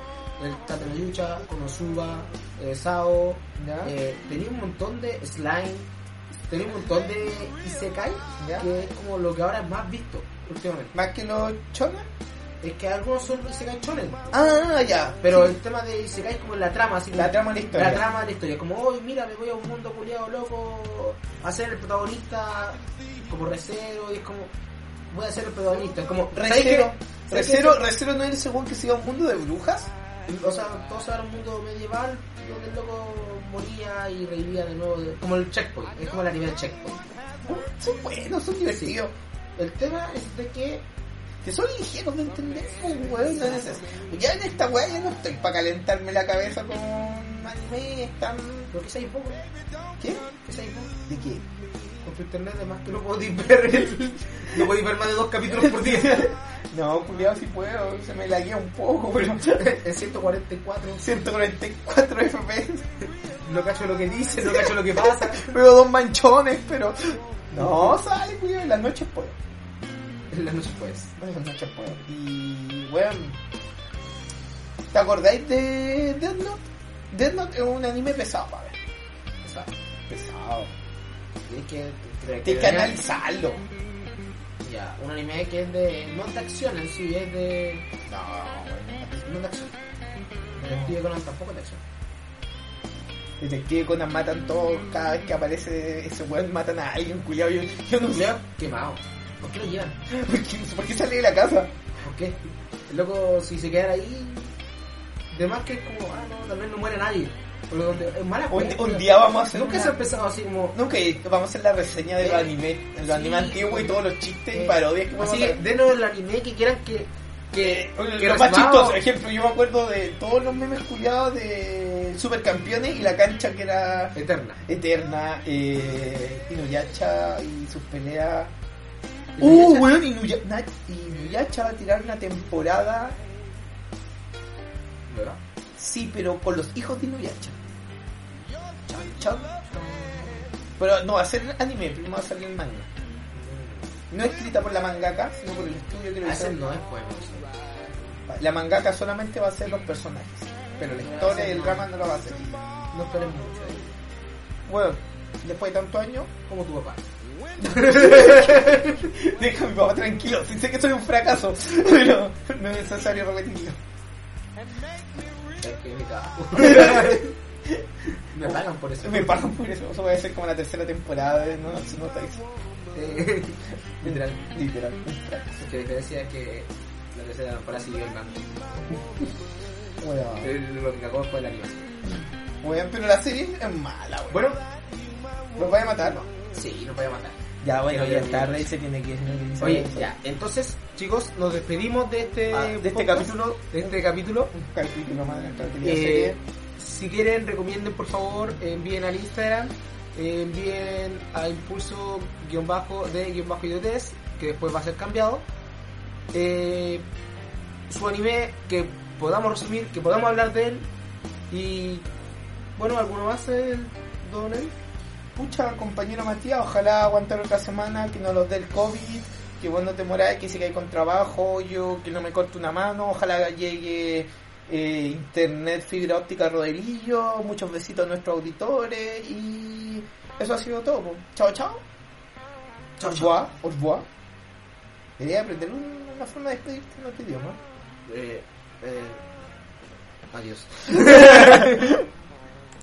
S1: El Katanayucha, Konosuba, eh, Sao,
S2: Ya.
S1: eh, tenía un montón de slime, tenía un montón de Isekai,
S2: Ya.
S1: que es como lo que ahora es más visto últimamente.
S2: Más que los chonas.
S1: Es que algunos son Isekai chonen,
S2: Ah, ya.
S1: pero el tema de Isekai es como la trama, así
S2: La
S1: como-
S2: trama de la historia.
S1: la trama de la historia, como hoy mira me voy a un mundo culiado loco a ser el protagonista como recero y es como voy a ser el protagonista, es como ¿sabes qué?
S2: Recero.
S1: ¿Sabes qué?
S2: Recero, Recero no es el segundo que se iba a un mundo de brujas.
S1: o sea, todos era un mundo medieval donde el loco moría y revivía de nuevo, de- como el checkpoint, es como el anime del checkpoint.
S2: Son buenos, son divertidos.
S1: El tema es de que
S2: Que son ligeros de entender, pues, weón. no es eso. Ya en esta weá ya no estoy para calentarme la cabeza con anime tan...
S1: lo que hay poco,
S2: ¿Qué?
S1: que hay poco,
S2: ¿De qué?
S1: con tu internet además que no podéis ver (laughs) el- no podéis ver más de dos capítulos por día. (laughs)
S2: No, culiado, si puedo. Se me laguea un poco, pero...
S1: En 144
S2: 144 FPS.
S1: no cacho lo que dice, no cacho lo que pasa.
S2: (laughs) Veo dos manchones, pero... No, sale, culiado. En las noches puedo.
S1: En la noche pues.
S2: En las noches puedo. Y, weón... ¿Te acordáis de Death Note? Death Note es un anime pesado, pa' ver.
S1: Pesado. Eh,
S2: Pesado.
S1: Tienes que,
S2: Tienes que analizarlo.
S1: Ya, un anime que es de. No es de acción en sí, es de.
S2: No, weón.
S1: No es de acción. Detective Conan tampoco es de acción.
S2: Detective Conan matan todo, cada vez que aparece ese weón matan a alguien, culiado. Yo, yo no sé (laughs)
S1: Leo, quemado. ¿Por qué lo llevan?
S2: por qué, por qué sale de la casa.
S1: ¿Por qué? El loco, si se quedara ahí. De más que es como, ah, no, tal vez no muere nadie. Porque donde, es mala
S2: Un,
S1: cuestión.
S2: un día vamos a hacer
S1: Nunca
S2: una-
S1: se ha empezado así como.
S2: Nunca vamos a hacer la reseña de los
S1: Eh,
S2: anime, de los
S1: sí,
S2: anime antiguos y
S1: eh,
S2: todos los chistes
S1: eh,
S2: y parodias que vamos
S1: Así
S2: a
S1: que
S2: hacer.
S1: denos el anime que quieran que. Que. que
S2: Eh, Lo más
S1: recibamos.
S2: chistoso, por ejemplo, yo me acuerdo de todos los memes culiados de Supercampeones y la cancha que era
S1: Eterna.
S2: eterna, eh, Inuyacha y sus peleas. Uh,
S1: Inuyacha.
S2: weón, Inuya- Na- Inuyacha va a tirar una temporada,
S1: ¿Verdad?
S2: sí, pero con los hijos de Inuyacha. Chan, chan. Pero no va a ser anime, primero va a salir el manga.
S1: Mm.
S2: No escrita por la mangaka, sino por el estudio que lo
S1: Ah, ese
S2: hizo.
S1: no es juego. sí.
S2: La mangaka solamente va a ser los personajes, pero la historia y el drama no lo va a hacer.
S1: No esperes mucho. ¿eh?
S2: Bueno, después de tantos años,
S1: Como tu papá.
S2: (laughs) Deja a mi papá tranquilo, sí sé que soy un fracaso, (laughs) pero no es necesario repetirlo.
S1: Es Eh, que me cago.
S2: (laughs)
S1: Me pagan por eso.
S2: Me pagan por eso, eso va a ser como la tercera temporada de No Si no estáis.
S1: Eh, Literal.
S2: Literal, un fracaso.
S1: Es que la diferencia es que la tercera temporada siguió el mando.
S2: Bueno,
S1: Lo que cagó fue la animación.
S2: bueno, pero la serie es mala, weón.
S1: Bueno,
S2: ¿Los voy a matar?
S1: sí, nos voy a matar.
S2: Ya, bueno,
S1: ya es tarde
S2: y se tiene que ir.
S1: Oye, ya, entonces, chicos, nos despedimos de este,
S2: Ah, de este
S1: podcast,
S2: capítulo.
S1: De este capítulo.
S2: Un capítulo más de nuestra querida
S1: Eh,
S2: serie.
S1: si quieren, recomienden por favor, envíen al Instagram, eh, envíen a impulso guión bajo de guión bajo idiotez, que después va a ser cambiado. Eh, su anime, que podamos resumir, que podamos hablar de él. Y bueno, ¿alguno más, el don Eli?
S2: Pucha, compañero Matías, ojalá aguantar otra semana, que no los dé el COVID, que vos no te moráis, que sigáis con trabajo, yo que no me corte una mano, ojalá llegue eh, internet, fibra óptica, rodelillo, muchos besitos a nuestros auditores y eso ha sido todo. po. Chao, chao. Au revoir, au revoir. Debería aprender un- una una forma de despedirte en otro idioma.
S1: Eh, eh, adiós.